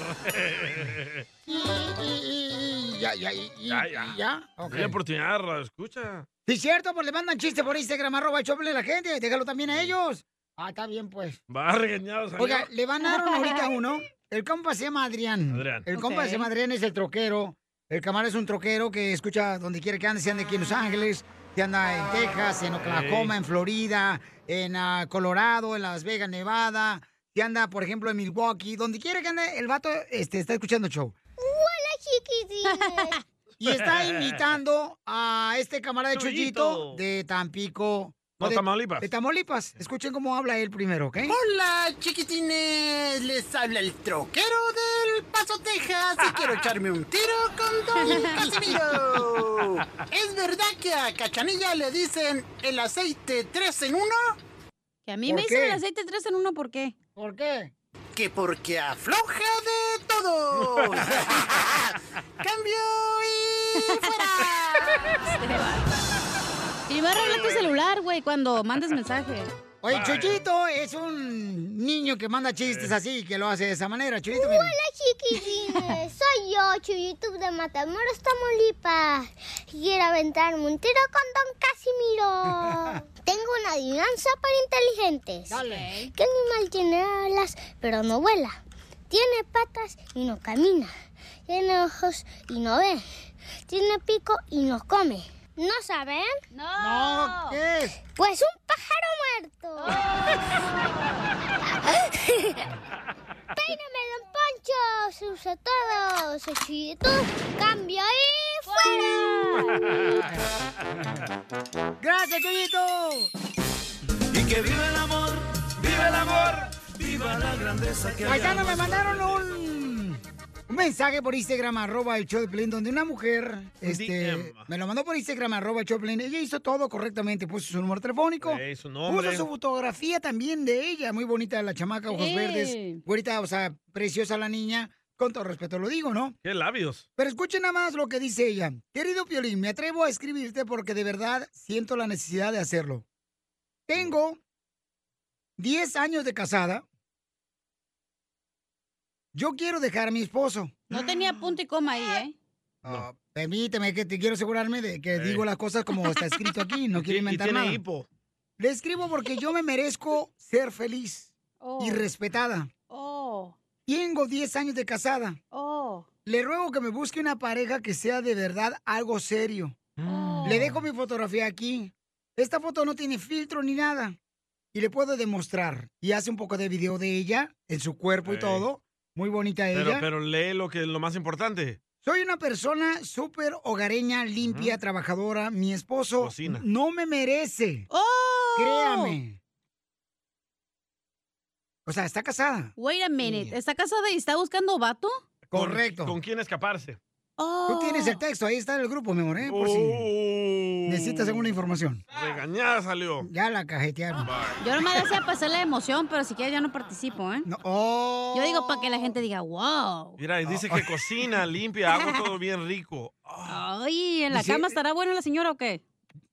y, y- y- y- ya, ya, y- y-
ya, ya.
y ya. Ok.
Hay oportunidad, radio escucha.
Sí, cierto, pues le mandan chiste por Instagram, arroba el show de Piolín a la gente. Déjalo también a ellos. Ah, está bien, pues.
Va <laughs> regañado, señor.
Oiga, le ganaron ahorita a uno. El compa se llama Adrián.
Adrián.
El compa
Ok.
se llama Adrián, es el troquero. El camarada es un troquero que escucha donde quiera que ande, si anda aquí en Los Ángeles, si anda
Ah,
en Texas, en Oklahoma,
Ey.
en Florida, en ah, Colorado, en Las Vegas, Nevada, si anda, por ejemplo, en Milwaukee, donde quiera que ande, el vato este, está escuchando el show.
¡Hola, chiquitines!
<laughs> Y está invitando a este camarada de Chuyito de Tampico.
No,
de,
Tamaulipas.
De Tamaulipas. Escuchen cómo habla él primero, ¿ok?
Hola, chiquitines. Les habla el troquero del Paso, Texas. Y
<laughs>
quiero echarme un tiro con Don Casimiro. ¿Es verdad que a Cachanilla le dicen el aceite 3 en 1?
Que a mí
¿Por
me dicen
qué?
el aceite 3 en 1, ¿por qué?
¿Por qué?
Que porque afloja de todo.
<laughs>
¡Cambio y fuera!
Y va a arreglar tu celular, güey, cuando mandes mensaje.
Oye, Chuyito es un niño que manda chistes así, que lo hace de esa manera. Chuyito, mira.
Hola chiquitines, soy yo, Chuyitub de Matamoros, Tamaulipas. Quiero aventarme un tiro con Don Casimiro. Tengo una adivinanza para inteligentes.
Dale.
¿Qué animal tiene alas pero no vuela? Tiene patas y no camina. Tiene ojos y no ve. Tiene pico y no come. ¿No saben?
No. ¿Qué es?
Pues un pájaro <laughs> muerto. ¡Peíname, Don Poncho! ¡Se usa todo! ¡Se chito! ¡Cambio y fuera!
¡Gracias, Chuyito!
Y que viva el amor, viva el amor, viva la grandeza que
Paisano, me mandaron un, un mensaje por Instagram, arroba el show de Piolín, donde una mujer este,
DM.
me lo mandó por Instagram, arroba el show de Piolín. Ella hizo todo correctamente, puso su número telefónico,
Ey, Eh, su nombre.
puso su fotografía también de ella, muy bonita la chamaca, ojos
Sí.
verdes, güerita, o sea, preciosa la niña, con todo respeto lo digo, ¿no?
Qué labios.
Pero escuchen nada más lo que dice ella. Querido Piolín, me atrevo a escribirte porque de verdad siento la necesidad de hacerlo. Tengo 10 años de casada. Yo quiero dejar a mi esposo.
No tenía punto y coma ahí, ¿eh?
Ah, permíteme que te quiero asegurarme de que
Eh.
digo las cosas como está escrito aquí. No
<laughs>
quiero
Y- y
inventar
tiene
nada.
hipo.
Le escribo porque yo me merezco ser feliz
Oh.
y respetada.
Oh,
Tengo 10 años de casada.
oh.
Le ruego que me busque una pareja que sea de verdad algo serio. Le dejo mi fotografía aquí. Esta foto no tiene filtro ni nada. Y le puedo demostrar. Y hace un poco de video de ella, en su cuerpo y
Ey.
todo. Muy bonita ella.
Pero, pero lee lo que lo más importante.
Soy una persona súper hogareña, limpia, trabajadora. Mi esposo no me merece.
Oh.
Créame. O sea, está casada.
Wait a minute. ¿Está casada y está buscando vato? Oh.
Con-
Correcto.
¿Con quién escaparse?
Tú tienes el texto, ahí está el grupo, mi amor, ¿eh? por si necesitas alguna información.
Oh. Regañada salió.
Ya la cajetearon.
Yo nomás decía pasar la emoción, pero si quieres ya no participo, ¿eh?
oh.
Yo digo para que la gente diga, wow.
Mira, y dice que
<laughs>
cocina, limpia, hago todo bien rico.
Oh.
Oh,
Ay, ¿en la
Dice-
cama estará buena la señora o qué?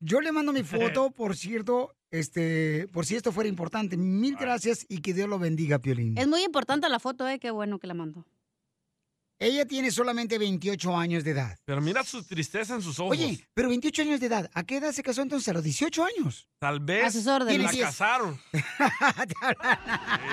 Yo le mando
<laughs>
mi foto, por cierto, este, por si esto fuera importante.
Ah.
Mil gracias y que Dios lo bendiga, Piolín.
Es muy importante la foto, ¿eh? Qué bueno que la mando.
Ella tiene solamente 28 años de edad.
Pero mira su tristeza en sus ojos.
Oye, pero 28 años de edad, ¿a qué edad se casó entonces? A los 18 años.
Tal vez la
Tienes- <laughs>
casaron. Eh,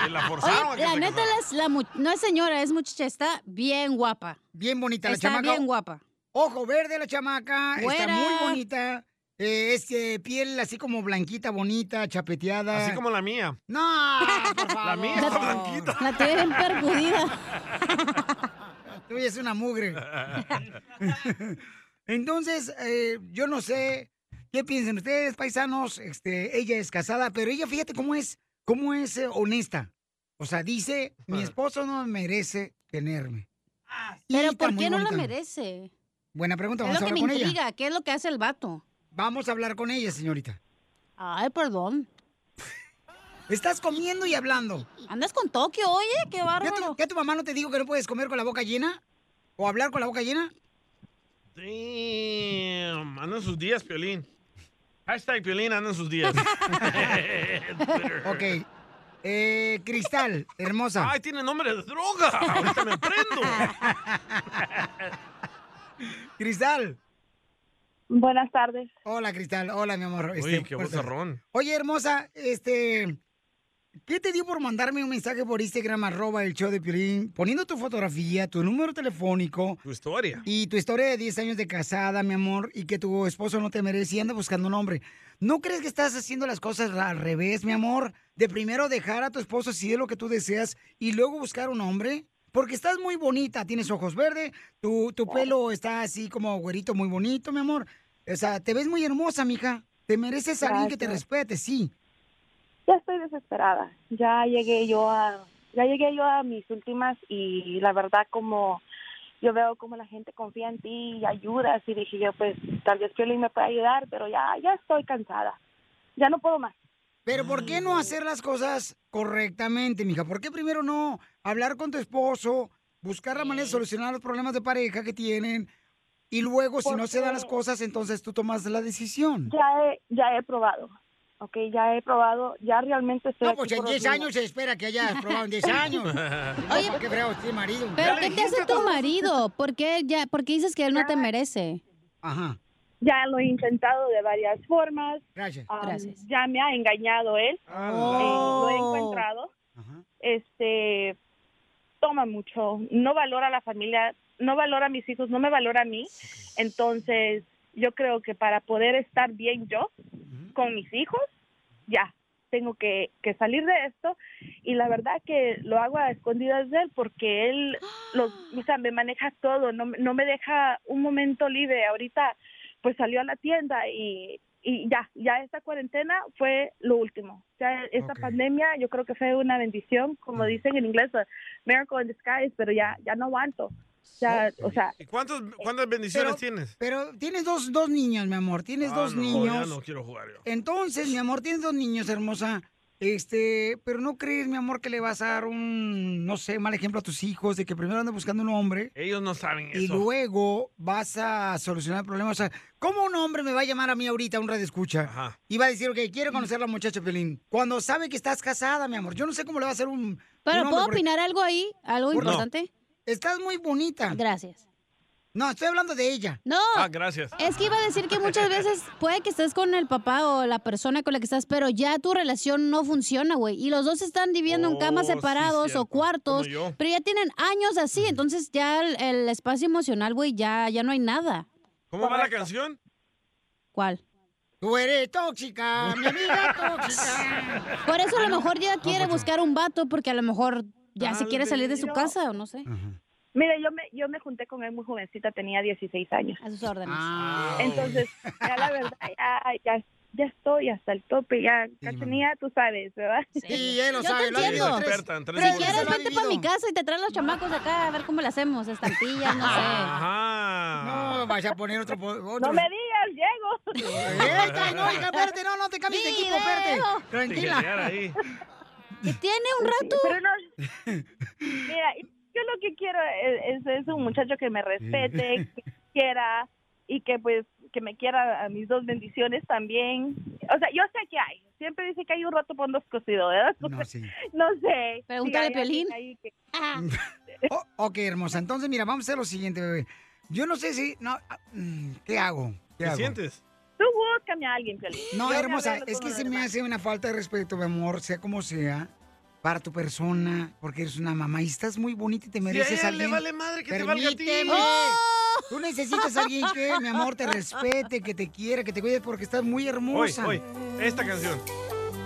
la forzaron a
Oye,
que
la
se
neta,
casara.
las- la mu- no es señora, es muchacha, está bien guapa.
Bien bonita la
está
chamaca.
bien guapa.
Ojo verde la chamaca, está
Güera.
muy bonita. Eh, este, piel así como blanquita, bonita, chapeteada.
Así como la mía.
No, <laughs> por favor.
La mía está blanquita.
La tuya bien percudida. tuya es una mugre. Entonces, eh, yo no sé qué piensan ustedes, paisanos. Este, ella es casada, pero ella, fíjate cómo es, cómo es eh, honesta. O sea, dice, mi esposo no merece tenerme.
Pero
está
¿por
muy
qué no la
bonita.
merece?
Buena pregunta, vamos
Es
a
lo
hablar
que me
con ella.
intriga, ¿qué es lo que hace el vato?
Vamos a hablar con ella, señorita.
Ay, perdón.
Estás comiendo y hablando.
Andas con Tokio, oye, qué
¿Ya
bárbaro.
tu, ya tu mamá no te dijo que no puedes comer con la boca llena? ¿O hablar con la
<laughs>
boca llena?
Damn, andan sus días, Piolín. Hashtag Piolín andan sus días.
ok. Eh, Cristal, hermosa.
Ay, tiene nombre de droga. Ahorita me aprendo.
Cristal.
Buenas tardes.
Hola, Cristal. Hola, mi amor.
Oye,
Este,
qué
buenas tardes.
bozarrón.
Oye, hermosa, este. ¿Qué te dio por mandarme un mensaje por Instagram, arroba el show de Piolín, poniendo tu fotografía, tu número telefónico?
Tu historia.
Y tu historia de 10 años de casada, mi amor, y que tu esposo no te merece y anda buscando un hombre. ¿No crees que estás haciendo las cosas al revés, mi amor? De primero dejar a tu esposo si es lo que tú deseas y luego buscar un hombre. Porque estás muy bonita, tienes ojos verdes, tu, tu pelo está así como güerito, muy bonito, mi amor. O sea, te ves muy hermosa, mija. Te mereces a alguien que te
Gracias.
respete, sí.
Ya estoy desesperada. Ya llegué yo a ya llegué yo a mis últimas y la verdad como yo veo como la gente confía en ti y ayudas y dije yo pues tal vez Piolín me puede ayudar, pero ya ya estoy cansada. Ya no puedo más.
Pero ¿por qué no hacer las cosas correctamente, mija? ¿Por qué primero no hablar con tu esposo, buscar la manera de solucionar los problemas de pareja que tienen y luego si no se dan las
Porque-
cosas, entonces tú tomas la decisión?
Ya he, ya he probado. Ok, ya he probado, ya realmente estoy
No,
aquí
pues en
por
10
otro-
años se espera que hayas probado en 10 años. Oye, qué fregado este marido.
¿Pero qué te hace tu marido? ¿Por qué, ya, por qué dices que él no te merece?
Ajá.
Ya lo he intentado de varias formas.
Gracias.
Am,
Gracias.
Ya me ha engañado él.
Ah.
Eh, lo he encontrado. Este toma mucho, no valora a la familia, no valora a mis hijos, no me valora a mí. Entonces, yo creo que para poder estar bien yo con mis hijos, ya tengo que, que salir de esto y la verdad que lo hago a escondidas de él porque él los, o sea, me maneja todo, no, me- no me deja un momento libre. Ahorita pues salió a la tienda y, y ya, ya esta cuarentena fue lo último. Ya esta pandemia yo creo que fue una bendición, como dicen en inglés, a miracle in disguise, pero ya, ya no aguanto. Ya, o sea,
¿Y cuántos, cuántas bendiciones
Pero-
tienes?
Pero tienes dos, dos niños, mi amor. Tienes
Ah,
dos
no,
niños.
Ya no quiero jugar yo.
Entonces, mi amor, tienes dos niños, hermosa. Este, pero no crees, mi amor, que le vas a dar un, no sé, mal ejemplo a tus hijos de que primero andan buscando un hombre
Ellos no saben
y
eso.
luego vas a solucionar el problema. O sea, ¿cómo un hombre me va a llamar a mí ahorita a un radio escucha? Y va a decir, ok, quiero conocer a la muchacha Pelín. Cuando sabe que estás casada, mi amor. Yo no sé cómo le va a hacer un.
Pero
un hombre,
¿puedo
porque-
opinar algo ahí? ¿Algo
¿Por qué?
importante?
Estás muy bonita.
Gracias.
No, estoy hablando de ella.
No.
Ah, gracias.
Es que iba a decir que
<laughs>
muchas veces puede que estés con el papá o la persona con la que estás, pero ya tu relación no funciona, güey. Y los dos están viviendo en camas
Oh, sí,
separados o
cierto.
cuartos,
Como yo.
pero ya tienen años así, entonces ya el, el espacio emocional, güey, ya, ya no hay nada.
¿Cómo va la canción?
¿Cuál?
Tú eres Eh, tóxica,
<laughs>
mi amiga tóxica.
Por eso a lo mejor ya quiere buscar un vato, porque a lo mejor ya se
Tal
quiere salir de su
vez.
casa o no sé.
mira, yo me, yo me junté con él muy jovencita, tenía 16 años.
A sus órdenes.
Ah.
Entonces, ya la verdad, ya, ya, ya estoy hasta el tope, ya, Cachanilla, tú sabes, ¿verdad?
Sí, él
lo Yo te sabe, lo ha entiendo. vivido tres-
Experta en tres
Si
burbujas.
quieres, vente para mi casa y te traen los chamacos de acá a ver cómo le hacemos, estampillas, no sé.
Ajá.
No, Ah, vaya a poner otro. po-
<laughs>
otro.
No me digas, llego.
Esta, no, hija, espérate, no, no te cambies de equipo, espérate. Tranquila.
Que tiene un rato.
Pero
<laughs>
no, mira, yo lo que quiero es, es- es un muchacho que me respete, que quiera y que pues que me quiera a mis dos bendiciones también. O sea, yo sé que hay. Siempre dice que hay un roto por un descosido, ¿verdad? <laughs>
No, sí.
No sé.
Pregúntale,
Sí, hay alguien
Piolín.
ahí que-
Ah.
O- Oh, ok, hermosa. Entonces, mira, vamos a hacer lo siguiente, bebé. Yo no sé si. No, ah, mm, ¿Qué hago? ¿Qué,
¿Te
hago?
sientes?
Tú búscame a alguien, Piolín.
No,
Yo
hermosa,
hablando
es
con
que
uno
se
de
me
más.
hace una falta de respeto, mi amor, sea como sea, para tu persona, porque eres una mamá y estás muy bonita y te mereces
ella le
alguien.
vale madre que te valga a ti.
Permíteme.
¡Oh!
Tú necesitas a alguien que, mi amor, te respete, que te quiera, que te cuide porque estás muy
Hoy,
hermosa.
hoy, esta canción.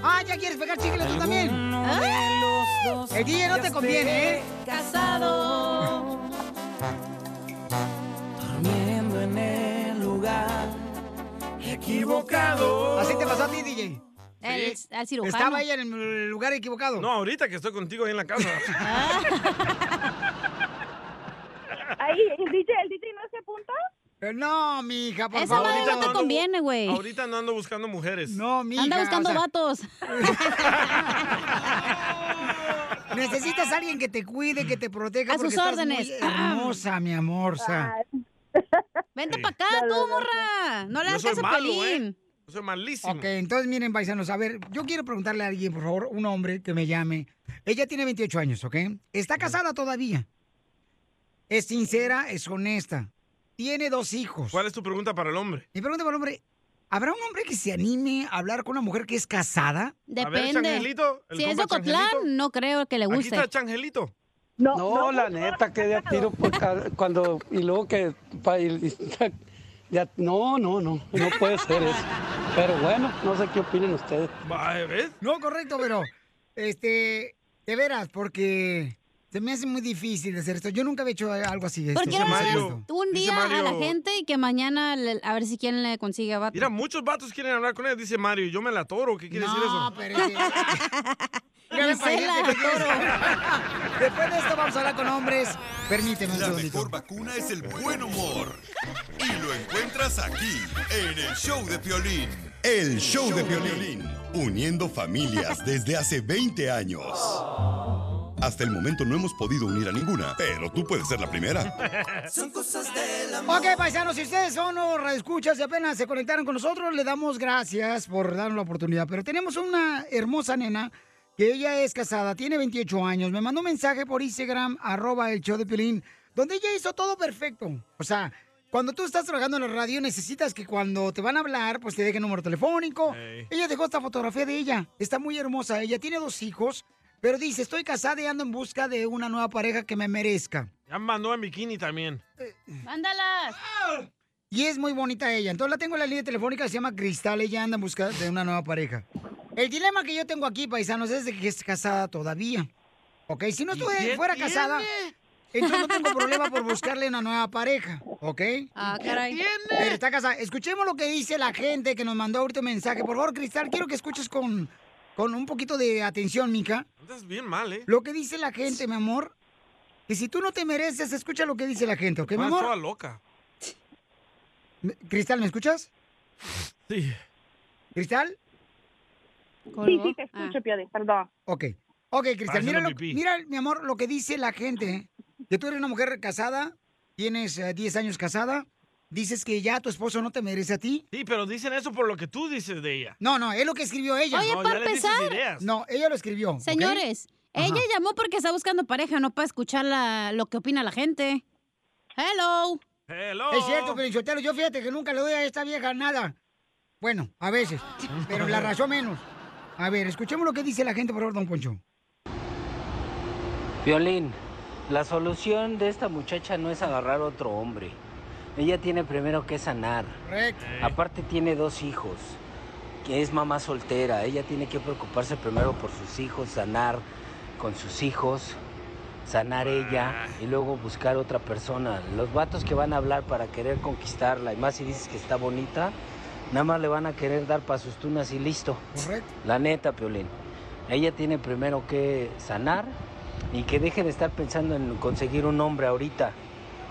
Ah, ya quieres pegar chicle tú también. Ah.
dos
El DJ no te
días
conviene, ¿eh?
Casado. Durmiendo en el lugar equivocado.
Así te pasó a ti, DJ.
El- al cirujano.
Estaba ella en el lugar equivocado.
No, ahorita que estoy contigo ahí en la casa.
Ahí, el DJ, el DJ no se apunta.
Pero Eh, no, mi hija, por
Esa
favor.
madre no Ahorita te no, no. conviene,
güey.
ahorita no ando buscando mujeres.
No, mi
Anda
hija,
buscando
o sea-
vatos.
<laughs> Necesitas a alguien que te cuide, que te proteja.
A
porque
sus
estás
órdenes.
muy hermosa, mi amor. o sea.
Ah,
Vente para acá, tú, morra. No
Yo
le hagas
soy
caso a
malo,
Pelín.
¿eh?
Yo soy malísimo.
Ok, entonces miren, paisanos, a ver, yo quiero preguntarle a alguien, por favor, un hombre que me llame. Ella tiene 28 años, ¿ok? Está casada todavía. Es sincera, es honesta. Tiene dos hijos.
¿Cuál es tu pregunta para el hombre?
Mi pregunta para el hombre, ¿habrá un hombre que se anime a hablar con una mujer que es casada?
Depende. si es de Ocotlán, no creo que le
Aquí
guste.
está
Changelito.
No,
la neta, que de a tiro por ca- cuando. Y luego que. pa- y- de a- no, no, no. No puede ser eso. Pero bueno, no sé qué opinan ustedes.
No, correcto, pero, este, de veras, porque se me hace muy difícil hacer esto. Yo nunca había hecho algo así. esto,
¿Por qué
se
no
me hace
hablas
esto.
un
Dice
día a la
Mario-
gente y que mañana le- a ver si quién le consigue a vato?
Mira, muchos vatos quieren hablar con ella. Dice Mario, yo me la toro. ¿Qué quiere decir eso?
No, pero
<laughs>
es que- Mira, ven para allá, ¿qué <laughs> quieres? Después de esto vamos a hablar con hombres. Permíteme un
La
segundito.
mejor vacuna es el buen humor. Y lo encuentras aquí, en el show de Piolín. El show de Piolín. Uniendo familias desde hace 20 años. Hasta el momento no hemos podido unir a ninguna, pero tú puedes ser la primera.
Son cosas del
Ok, paisanos, si ustedes son o escuchas y apenas se conectaron con nosotros, le damos gracias por darnos la oportunidad. Pero tenemos una hermosa nena que ella es casada, tiene 28 años. Me mandó un mensaje por Instagram, arroba el show de Pilín, donde ella hizo todo perfecto. O sea, cuando tú estás trabajando en la radio, necesitas que cuando te van a hablar, pues te dejen número telefónico. Ella dejó esta fotografía de ella. Está muy hermosa. Ella tiene dos hijos, pero dice, estoy casada y ando en busca de una nueva pareja que me merezca.
Ya mandó en bikini también.
¡Mándalas!
Y es muy bonita ella. Entonces la tengo en la línea telefónica, se llama Cristal. Ella anda en busca de una nueva pareja. El dilema que yo tengo aquí, paisanos, es de que es casada todavía. Ok, si no estuve-
qué
eh, fuera
tiene?
casada, entonces no tengo problema por buscarle una nueva pareja. ¿Ok?
Ah, caray. ¿Qué tiene?
Pero está casada. Escuchemos lo que dice la gente que nos mandó ahorita un mensaje. Por favor, Cristal, quiero que escuches con, con un poquito de atención, mija.
Andas bien mal, ¿eh?
Lo que dice la gente, mi amor. Y si tú no te mereces, escucha lo que dice la gente, ¿ok, mi
Andas toda
amor?
loca.
Me- Cristal, ¿me escuchas?
Sí.
¿Cristal?
Sí,
Ah.
sí, te escucho, Piolín, perdón.
Ok. Ok, Cristian,
Pásenlo,
mira, lo-
pipí.
mira, mi amor, lo que dice la gente. Que tú eres una mujer casada, tienes eh, 10 años casada, dices que ya tu esposo no te merece a ti.
Sí, pero dicen eso por lo que tú dices de ella.
No, no, es lo que escribió ella.
Oye, No, para ya le dices empezar- ideas.
No, ella lo escribió. ¿ok?
Señores, ella llamó porque está buscando pareja, no para escuchar la- lo que opina la gente. Hello.
Hello.
Es cierto, Pelichotero, yo fíjate que nunca le doy a esta vieja nada. Bueno, a veces, pero la razón menos. A ver, escuchemos lo que dice la gente, por favor, don Poncho.
Violín, la solución de esta muchacha no es agarrar otro hombre. Ella tiene primero que sanar.
Correcto.
Aparte tiene dos hijos, que es mamá soltera. Ella tiene que preocuparse primero por sus hijos, sanar con sus hijos, sanar ella y luego buscar otra persona. Los vatos que van a hablar para querer conquistarla, y más si dices que está bonita, nada más le van a querer dar para sus tunas y listo.
Correcto.
La neta, Piolín. Ella tiene primero que sanar y que deje de estar pensando en conseguir un hombre ahorita.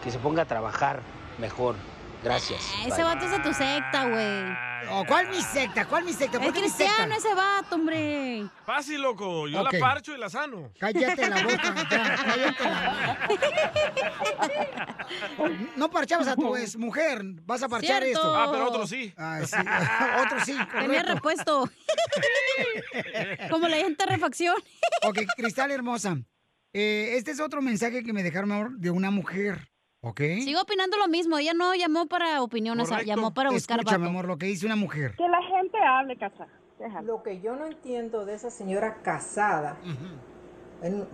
Que se ponga a trabajar mejor. Gracias.
Ah, Ese vato es de tu secta, güey.
Oh, ¿Cuál mi secta? ¿Cuál mi secta?
Es cristiano ese
<laughs>
vato, hombre.
Fácil, loco. Yo
Ok.
la parcho y la sano.
Cállate la boca, ya, cállate la boca. No parchamos a tu ex mujer, vas a parchar
Cierto.
esto.
Ah, pero otro sí.
Ay, sí. <laughs> otro sí.
Tenía
correcto.
repuesto. Como la gente refacción.
<laughs> Ok, Cristal hermosa. eh, este es otro mensaje que me dejaron amor, de una mujer, ¿ok?
Sigo opinando lo mismo. Ella no llamó para opiniones, o sea, llamó para buscar
Escúchame,
vato.
amor, lo que dice una mujer.
Que la gente hable, casa. <laughs> Lo que yo no entiendo de esa señora casada, en-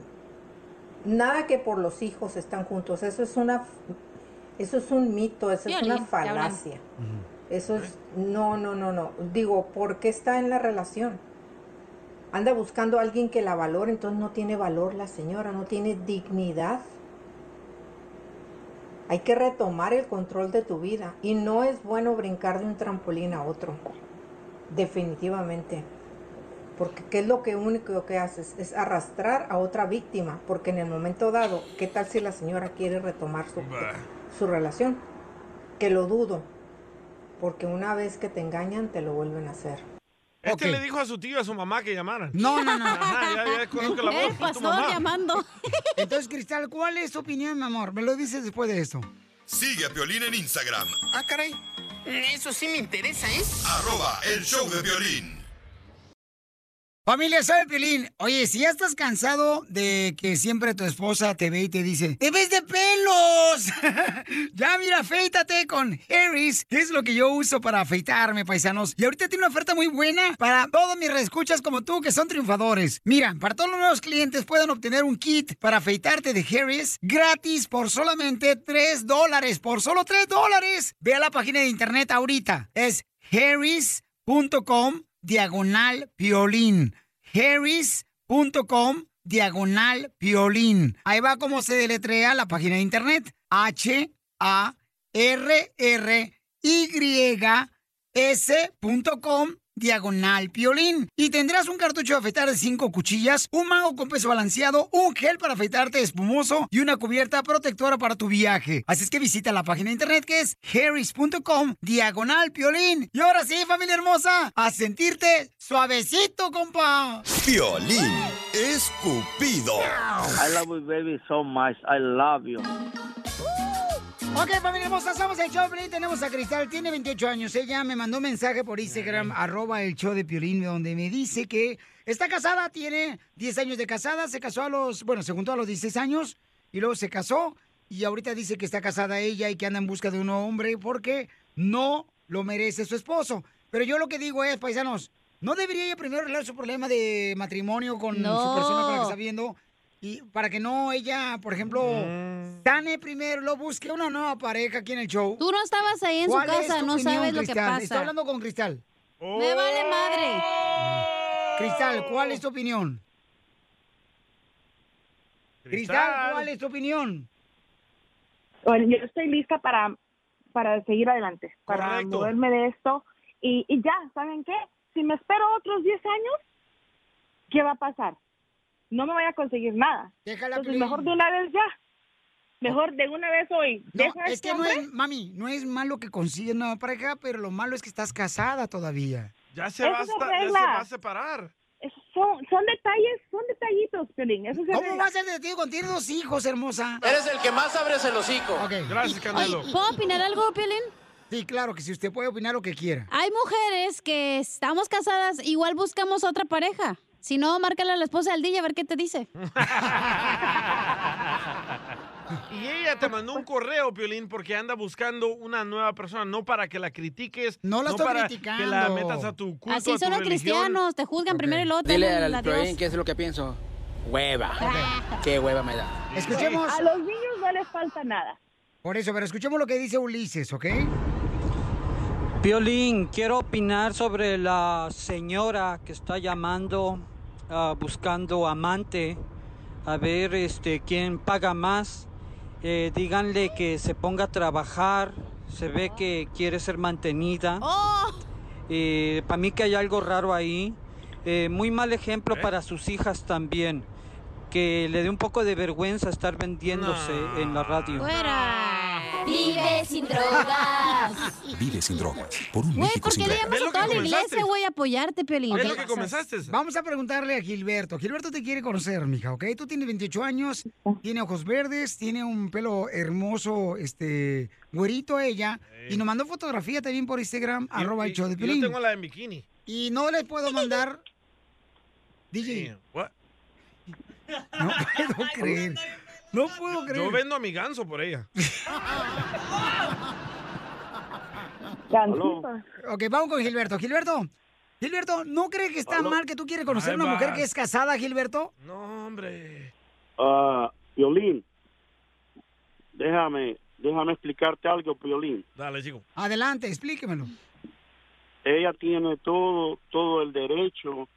nada que por los hijos están juntos, eso es una, f- eso es un mito, eso es
Violín,
una
te hablan.
falacia. Eso es, no, no, no, no. Digo, ¿por qué está en la relación? Anda buscando a alguien que la valore, entonces no tiene valor la señora, no tiene dignidad. Hay que retomar el control de tu vida y no es bueno brincar de un trampolín a otro, definitivamente. Porque qué es lo que único que haces es arrastrar a otra víctima, porque en el momento dado, ¿qué tal si la señora quiere retomar su, su relación? Que lo dudo, porque una vez que te engañan te lo vuelven a hacer.
Este le dijo a su tío y a su mamá que llamaran.
No, no, no.
Ajá,
<laughs>
ya, ya conozco la voz. de tu mamá.
llamando.
Entonces, Cristal, ¿cuál es tu opinión, mi amor? Me lo dices después de esto.
Sigue a Piolín en Instagram,
Ah, caray. Eso sí me interesa, ¿eh?
arroba el show de Piolín.
Familia, soy Piolín. Oye, si ya estás cansado de que siempre tu esposa te ve y te dice, ¡te ves de pelos! <laughs> ya mira, afeítate con Harris, que es lo que yo uso para afeitarme, paisanos. Y ahorita tiene una oferta muy buena para todos mis reescuchas como tú, que son triunfadores. Mira, para todos los nuevos clientes pueden obtener un kit para afeitarte de Harris gratis por solamente 3 dólares. Por solo 3 dólares. Ve a la página de internet ahorita. Es harris.com diagonal piolín. harris.com diagonal piolín. Ahí va como se deletrea la página de internet. H A R R Y s.com diagonal piolín y tendrás un cartucho de afeitar de 5 cuchillas, un mago con peso balanceado, un gel para afeitarte espumoso y una cubierta protectora para tu viaje. Así es que visita la página de internet que es harris.com diagonal piolín. Y ahora sí, familia hermosa, a sentirte suavecito, compa.
Piolín escupido.
I love you, baby, so much. I love you.
Ok, familia hermosa, somos el show de Piolín. Tenemos a Cristal, tiene 28 años. Ella me mandó un mensaje por Instagram, arroba el show de Piolín, donde me dice que está casada, tiene 10 años de casada, se casó a los, bueno, se juntó a los 16 años y luego se casó y ahorita dice que está casada ella y que anda en busca de un hombre porque no lo merece su esposo. Pero yo lo que digo es, paisanos, ¿no debería ella primero arreglar su problema de matrimonio con su
No.
persona con la que está viendo? Y para que no ella, por ejemplo,
Mm.
Tane primero, lo busque una nueva pareja aquí en el show.
Tú no estabas ahí en su
¿Cuál es
casa,
tu
no
opinión,
sabes lo que
Cristal?
pasa.
Estoy hablando con Cristal.
Me vale madre.
Oh.
Cristal, ¿cuál es tu opinión? Cristal, ¿cuál es tu opinión?
Bueno, yo estoy lista para, para seguir adelante, para
Correcto.
moverme de esto. Y, y ya, ¿saben qué? Si me espero otros 10 años, ¿qué va a pasar? No me voy a conseguir nada. Entonces,
Piolín.
mejor de una vez ya. Mejor de una vez hoy.
No,
Deja a
es
este
que no
hombre.
es, mami, no es malo que consigas una pareja, pero lo malo es que estás casada todavía.
Ya se,
Eso
va a
es
esta- ya se
regla.
va a separar.
Esos Son, son detalles, son detallitos, Piolín. Eso se
¿Cómo
ve.
vas a ser detenido cuando tienes dos hijos, hermosa?
Eres el que más abres el hocico.
Gracias,
Oye, ¿Puedo opinar algo, Piolín?
Sí, claro que si usted puede opinar lo que quiera.
Hay mujeres que estamos casadas, igual buscamos otra pareja. Si no, márcale a la esposa del DJ a ver qué te dice.
Y ella te mandó un correo, Piolín, porque anda buscando una nueva persona, no para que la critiques.
No la estoy
para
criticando.
Que la metas a <laughs> tu culto, a
Así
tu
son los
religión.
cristianos, te juzgan primero y luego te
Dile
dan
al
la
Piolín
Dios.
que es lo que pienso. Hueva. Qué hueva me da.
A los niños no les falta nada.
Por eso, pero escuchemos lo que dice Ulises, ¿ok?
Piolín, quiero opinar sobre la señora que está llamando ah, buscando amante. A ver este quién paga más. Eh, díganle que se ponga a trabajar. Se ve que quiere ser mantenida. Para mí que hay algo raro ahí. Eh, muy mal ejemplo para sus hijas también. Que le dé un poco de vergüenza estar vendiéndose en la radio.
Fuera.
Vive sin drogas.
Vive sin drogas. Por un
Güey,
México
¿por
sin
qué le
drogas.
llamas a toda la iglesia, güey, a apoyarte, Piolín?
Ok. Vamos a preguntarle a Gilberto. Gilberto te quiere conocer, mija, ¿ok? Tú tienes 28 años, tiene ojos verdes, tiene un pelo hermoso, este, güerito ella. Y nos mandó fotografía también por Instagram, arroba el show de
Yo
Piolín.
tengo la de bikini.
Y no le puedo mandar... DJ,
What?
no puedo creer. No puedo
Yo
creer.
vendo a mi ganso por ella.
Ok, vamos con Gilberto. Gilberto, Gilberto, ¿no crees que está mal que tú quieres conocer a
Ahí
una
va.
mujer que es casada, Gilberto?
No, hombre.
Ah, Piolín, déjame, déjame explicarte algo, Piolín.
Dale, chico.
Adelante, explíquemelo.
Ella tiene todo, todo el derecho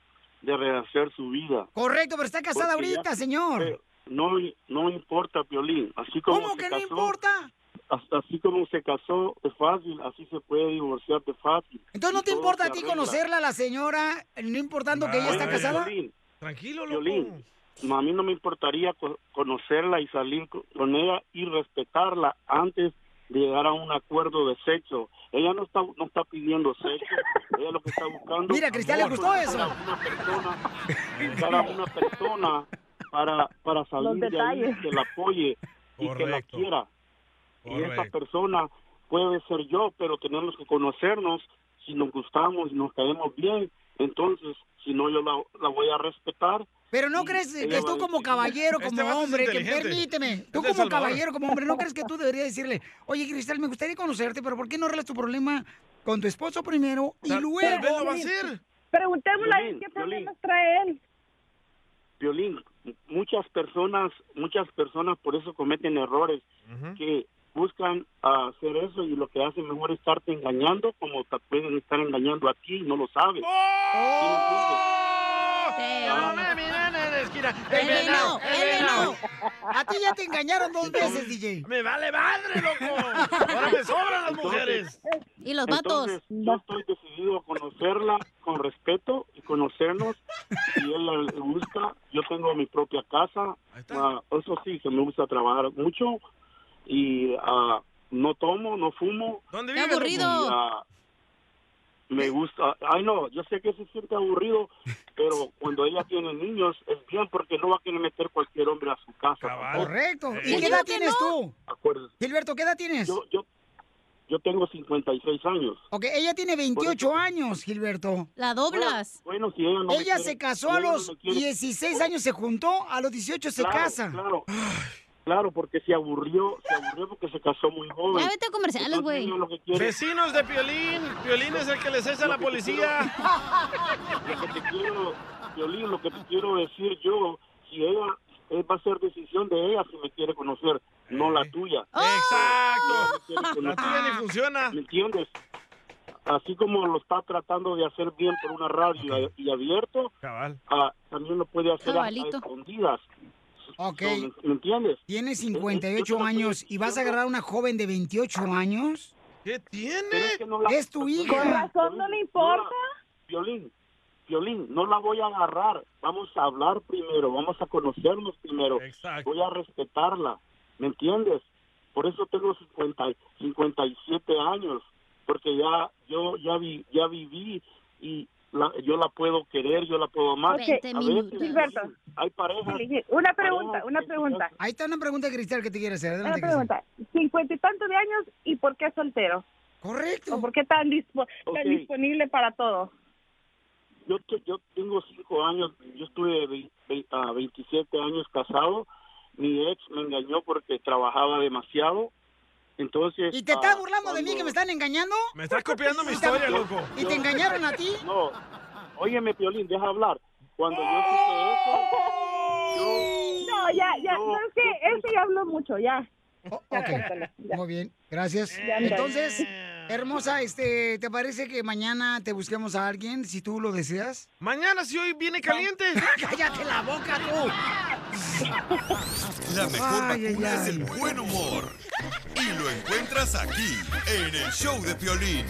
de rehacer su vida.
Correcto, pero está casada
Porque ya-
ahorita, señor.
eh, No, no importa, Piolín. Así como
¿Cómo
se
que no
casó,
importa?
as- Así como se casó es fácil, así se puede divorciar de fácil.
Entonces no te
Y todo
importa a
se
ti
arregla.
conocerla, la señora, no importando que ella está
Oye,
casada.
Piolín,
Tranquilo,
Piolín, a mí no me importaría co- conocerla y salir co- con ella y respetarla antes de llegar a un acuerdo de sexo. Ella no está no está pidiendo sexo, ella lo que está buscando
Mira, Cristian, le
amor,
gustó eso.
buscar a una persona para para salir
Los
de ahí,
detalles.
que la apoye y que la
Correcto.
quiera. Y esa
Correcto.
persona puede ser yo, pero tenemos que conocernos. Si nos gustamos y nos caemos bien, entonces, si no, yo la, la voy a respetar.
Pero no crees que tú como caballero, como hombre, que permíteme, tú
Este es
como
Salvador.
caballero, como hombre, ¿no crees que tú deberías decirle, oye Cristal, me gustaría conocerte, pero ¿por qué no arreglas tu problema con tu esposo primero y
Tal-
luego?
tal vez lo va a hacer.
Preguntémosle a él
Violín,
qué
Violín.
problemas trae él.
Violín, m- muchas personas, muchas personas por eso cometen errores que buscan ah, hacer eso y lo que hacen mejor es estarte engañando como te pueden estar engañando a ti y no lo sabes.
¡Oh! venado, el venado.
A ti ya te engañaron dos veces, DJ.
Me vale madre, loco. Ahora me sobran las mujeres.
Y los vatos.
Entonces, yo estoy decidido a conocerla con respeto y conocernos. Si ella le gusta, yo tengo mi propia casa. Ah, eso sí, que me gusta trabajar mucho. Y ah, no tomo, no fumo.
¿Dónde
vive?
aburrido.
me gusta. Ay, no, yo sé que se siente aburrido, pero cuando ella tiene niños es bien porque no va a querer meter cualquier hombre a su casa.
Correcto. ¿Y
Yo
qué
digo
edad tienes tú?
Acuérdese.
Gilberto, ¿qué edad tienes?
Yo, yo, yo tengo 56 años.
Ok, ella tiene 28 años, Gilberto.
La
doblas. Bueno, bueno, si ella no me quiere,
se casó
si
a
ella no
los
me quiere-
16 años, se juntó, a los 18 se
Claro,
casa.
Claro, claro, porque se aburrió, se aburrió porque se casó muy joven.
Ya vete a comerciales, güey.
Vecinos de Piolín. Piolín es el que les echa a la policía.
Lo que te quiero, Violín, lo que te quiero decir yo, si ella eh, va a ser decisión de ella si me quiere conocer, no la tuya.
Exacto. La tuya
<laughs>
ni funciona.
¿Me entiendes? Así como lo está tratando de hacer bien por una radio y abierto,
Cabal.
ah, también lo puede hacer a- a,
Cabalito.
escondidas.
Ok.
¿Me entiendes?
Tienes 58 años y vas a agarrar a una joven de 28 años.
¿Qué tiene?
Es tu hija.
Con razón no le importa. Violín, Violín, no la voy a agarrar. Vamos a hablar primero, vamos a conocernos primero. Voy a respetarla, ¿me entiendes? Por eso tengo 50, y- 57 años, porque ya yo ya vi, ya viví y la- yo la puedo querer, yo la puedo amar.
Veinte
A veces,
minutos. Gilberto.
Hay parejas.
Una pregunta, una pregunta.
Ahí está una pregunta, Cristal, que te quiere hacer.
Una
Adelante, Cristal.
pregunta. Cincuenta y tantos de años y por qué soltero.
Correcto.
¿O por qué tan, dispo- tan
Ok.
disponible para todo?
yo, te- yo tengo cinco años, yo estuve vei- vei- ah, 27 años casado, mi ex me engañó porque trabajaba demasiado, entonces...
¿Y te
ah,
estás burlando de mí que me están engañando?
Me estás copiando mi
¿Y te-
historia, loco.
¿Y te engañaron a ti?
No, óyeme, Piolín, deja hablar. Cuando yo supe eso, yo-
No, ya, ya,
yo-
¿sabes qué? Este ya habló mucho, ya. Ya,
Oh, Ok,
cántala, ya.
Muy bien, gracias.
Ya, mira. <laughs>
Entonces, hermosa, este, ¿te parece que mañana te busquemos a alguien si tú lo deseas?
Mañana si hoy viene caliente.
<laughs> Cállate la boca
<laughs>
La mejor
Ay,
vacuna
ay,
es el buen humor. Y lo encuentras aquí, en el show de Piolín.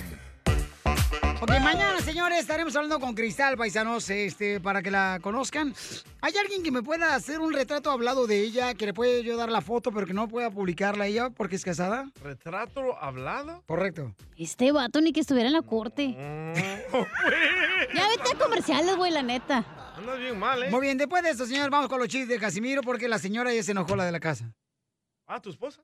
Ok, mañana, señores, estaremos hablando con Cristal, paisanos, este, para que la conozcan. ¿Hay alguien que me pueda hacer un retrato hablado de ella, que le puede yo dar la foto, pero que no pueda publicarla ella porque es casada?
¿Retrato hablado?
Correcto.
Este vato ni que estuviera en la corte. <laughs> ya vete a comerciales, güey, la neta.
Andas bien mal, ¿eh?
Muy bien, después de esto, señores, vamos con los chistes de Casimiro porque la señora ya se enojó la de la casa.
Ah, ¿tu esposa?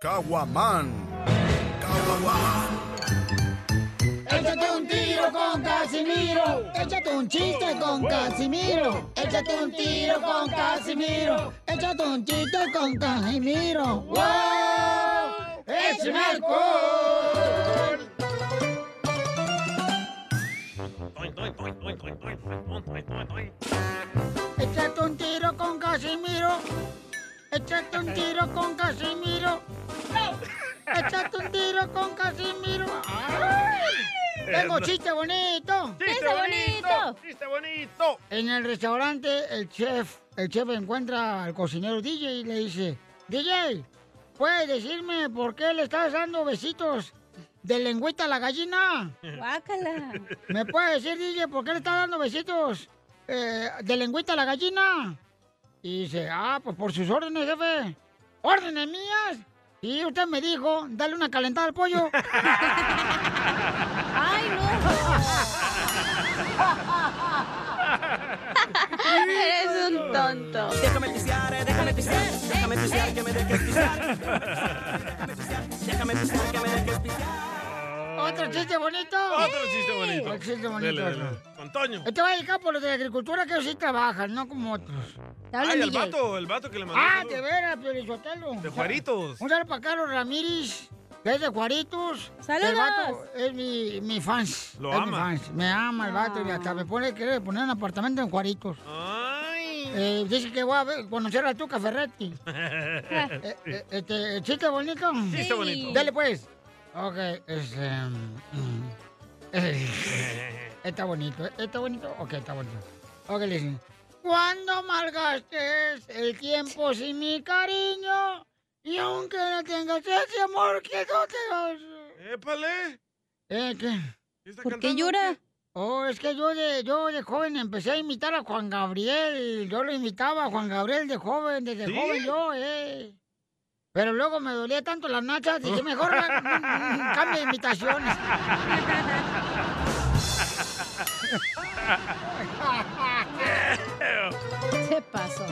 Caguaman.
Échate un tiro con Casimiro. Échate un chiste con Casimiro. Échate un tiro con Casimiro. Échate un chiste con Casimiro. ¡Wow!
¡Échame
alcohol! Échate un tiro con Casimiro. Échate un tiro con Casimiro. Échate un tiro con Casimiro.
Eh,
Tengo chiste bonito.
Chiste bonito.
Chiste bonito. En el restaurante, el chef, el chef encuentra al cocinero DJ y le dice, DJ, ¿puedes decirme por qué le estás dando besitos de lengüita a la gallina?
Bácala.
¿Me puedes decir, DJ, por qué le estás dando besitos eh, de lengüita a la gallina? Y dice, ah, pues por sus órdenes, jefe. ¿Órdenes mías? Y usted me dijo, dale una calentada al pollo.
¡Ay,
<laughs>
no! Eres un tonto.
Déjame pisear, déjame pisear, déjame pisear, que me dejes pisear. Déjame pisear, que me dejes pisear.
¿Otro chiste bonito?
Otro chiste bonito.
Otro chiste bonito.
Dele, dele. Con Toño.
Este va a dedicar por los de la agricultura que ellos sí trabajan, no como otros.
Ay, el vato, el vato que le mandó.
Ah,
saludos.
de veras, Piolichotelo.
De Juaritos.
Un saludo para Carlos Ramírez, que es de Juaritos.
¡Saludos!
El vato es mi, mi fans.
Lo
Es mi
ama.
fans. Me ama el vato y hasta me pone, quiere poner un apartamento en Juaritos.
Ah. Ay.
Eh, dice que voy a ver- conocer a Tuca Ferretti. Eh, eh, este, ¿Chiste bonito?
Chiste bonito.
Dale, pues. Ok, este... mm, eh, está bonito, eh, está bonito. Ok, está bonito. Ok, listen. Cuando malgastes el tiempo sin mi cariño y aunque no tengas ese amor que tú te das.
¡Épale!
Eh, ¿qué?
¿Por qué llora?
Oh, es que yo de, yo de joven empecé a imitar a Juan Gabriel. Yo lo imitaba a Juan Gabriel de joven, desde
¿Sí?
joven yo,
<laughs>
eh. <laughs> Pero luego me dolía tanto las nachas, dije, mejor la- mm, mm, cambio de
<laughs>
imitaciones.
Se pasó.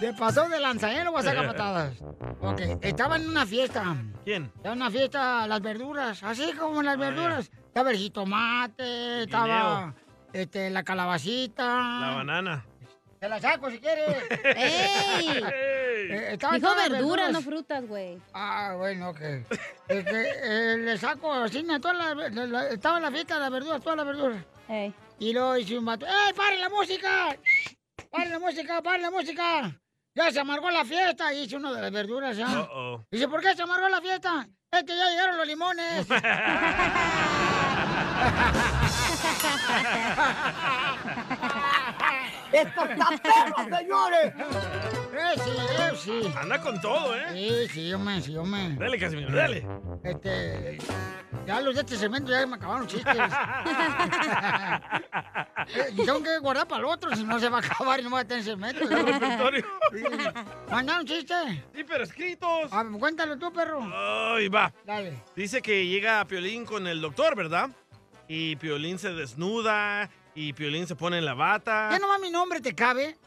Te pasó de lanzaero o a sacar patadas. Ok, estaba en una fiesta.
¿Quién? Ah,
Estaba en una fiesta, las verduras, así como las verduras. Estaba el jitomate, estaba este, la calabacita.
La banana.
Te la saco si quieres.
¡Ey!
Eh, estaban
Dijo
todas las
verduras, no frutas,
<laughs>
güey.
Ah, bueno, ok. Este, eh, le saco así, na, todas las ve- la- la- estaba la fiesta de las verduras, todas las verduras. Y luego hice un vato, ¡eh, pare la música! ¡Pare la música, pare la música! Ya se amargó la fiesta, y hice una de las verduras, ¿ya?
<laughs> Uh-oh.
Dice, ¿por qué se amargó la fiesta? Es que ya llegaron los limones. <laughs> ¡Esto está perro, señores! Eh, sí, eh, sí.
Anda con todo, ¿eh?
Sí, sí, hombre, sí, hombre.
Dale, Casimiro, dale. <laughs>
Este. Ya los de este cemento ya me acabaron chistes. Eh, y tengo que guardar para el otro, si no se va a acabar y no va a tener cemento.
El <laughs> repertorio.
¿Mandaron chiste?
Sí, pero escritos. Ah.
Ah, cuéntalo tú, perro.
Ay, va.
Dale.
Dice que llega Piolín con el doctor, ¿verdad? Y Piolín se desnuda y Piolín se pone en la bata.
<laughs> Ya nomás mi nombre te cabe.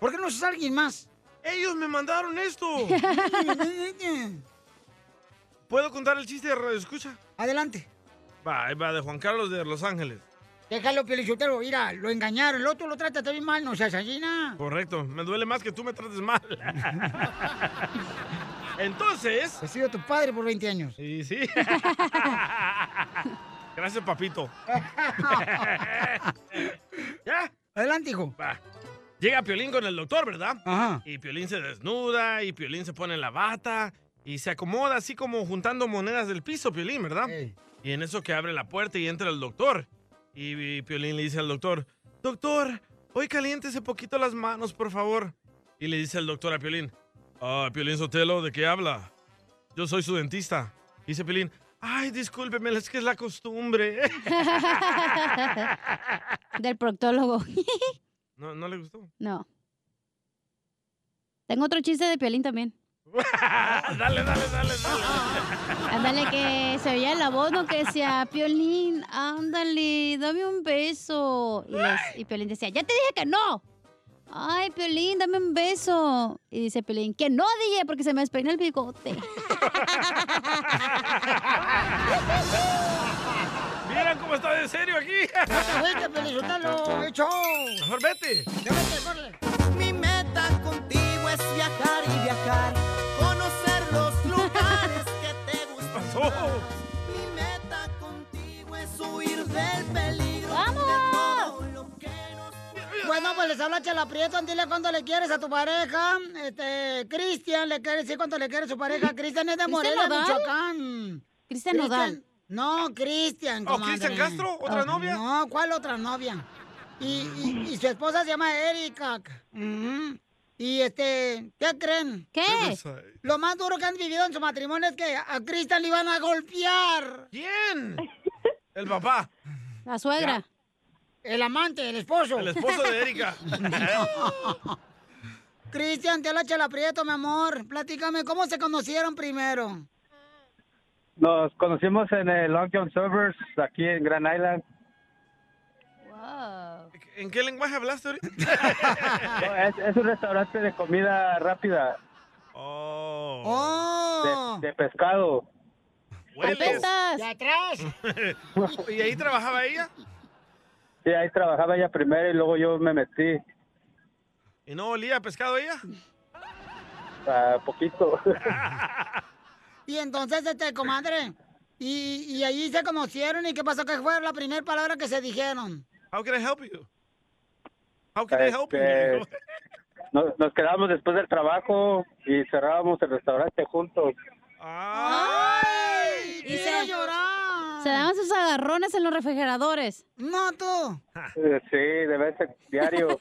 ¿Por qué no usas a alguien más?
Ellos me mandaron esto. ¿Puedo contar el chiste de Radio Escucha?
Adelante.
Va, ahí va, de Juan Carlos de Los Ángeles.
<laughs> Déjalo, Pielichotero. Mira, lo engañaron. El otro lo trata también mal, no seas asesina.
Correcto, me duele más que tú me trates
<laughs>
mal. Entonces...
He sido tu padre por 20 años.
Sí, sí.
<laughs>
<laughs> Gracias, papito. <laughs> ¿Ya?
Adelante, hijo.
Va. Llega Piolín con el doctor, ¿verdad?
Ajá.
Y Piolín se desnuda, y Piolín se pone la bata, y se acomoda así como juntando monedas del piso, Piolín, ¿verdad? Y en eso que abre la puerta y entra el doctor. Y, y Piolín le dice al doctor, doctor, hoy caliéntese poquito las manos, por favor. Y le dice el doctor a Piolín, ah, Piolín Sotelo, ¿de qué habla? Yo soy su dentista. Dice Piolín, ay, discúlpeme, es que es la costumbre. <laughs>
Del proctólogo. <laughs>
no, no le gustó.
No. Tengo otro chiste de Piolín también.
dale, dale, dale, dale.
Ah, Ándale, que se oía la voz, ¿no? Que decía, Piolín, ándale, dame un beso. Y, les- y Piolín decía, ya te dije que no. Ay, Piolín, dame un beso. Y dice Piolín, que no, DJ, porque se me despeina el bigote.
Miren cómo está de serio aquí.
Vete, Pelizotelo, hecho.
Mejor vete.
Mi meta contigo es viajar y viajar, conocer los lugares que te gustan. Mi meta contigo es pues huir del peligro. ¡Vamos!
Bueno, pues les habla Chela Prieto, dile cuánto le quieres a tu pareja. Este, Cristian, le quiere decir cuánto le quiere a su
<laughs>
pareja. Cristian es de
¿Cristian
Morelia,
Nodal?
Michoacán.
¿Cristian Nodal?
No, Cristian,
Oh, ¿Cristian
comadre.
Castro? ¿Otra
Oh,
novia?
No, ¿cuál otra novia? Y, y- y su esposa se llama Erika. Ujú. Y este, ¿qué creen?
¿Qué?
Lo más duro que han vivido en su matrimonio es que a Cristian le iban a golpear.
¿Quién? El papá.
La
suegra.
El amante, el esposo.
El esposo de Erika.
<laughs> Cristian, te la chela prieto, mi amor. Platícame, ¿cómo se conocieron primero?
Nos conocimos en el Long John Servers, aquí en Grand
<laughs>
Island.
¿En qué lenguaje hablaste ahorita?
No, es, es un restaurante de comida rápida.
Oh.
De, de pescado.
¡Apestas! ¡De atrás!
¿Y ahí trabajaba ella?
Sí, ahí trabajaba ella primero y luego yo me metí
¿Y no olía a pescado ella?
a poquito.
Y entonces, este, comadre, y, y ahí se conocieron y qué pasó, que fue la primera palabra que se dijeron.
How can I help you? <laughs> How can I help you?
Este, nos, nos quedábamos después del trabajo y cerrábamos el restaurante juntos.
¡Ay! quiero llorar!
Se daban sus agarrones en los refrigeradores.
No, tú.
Ah.
Eh, Sí, de vez en
<laughs>
diario.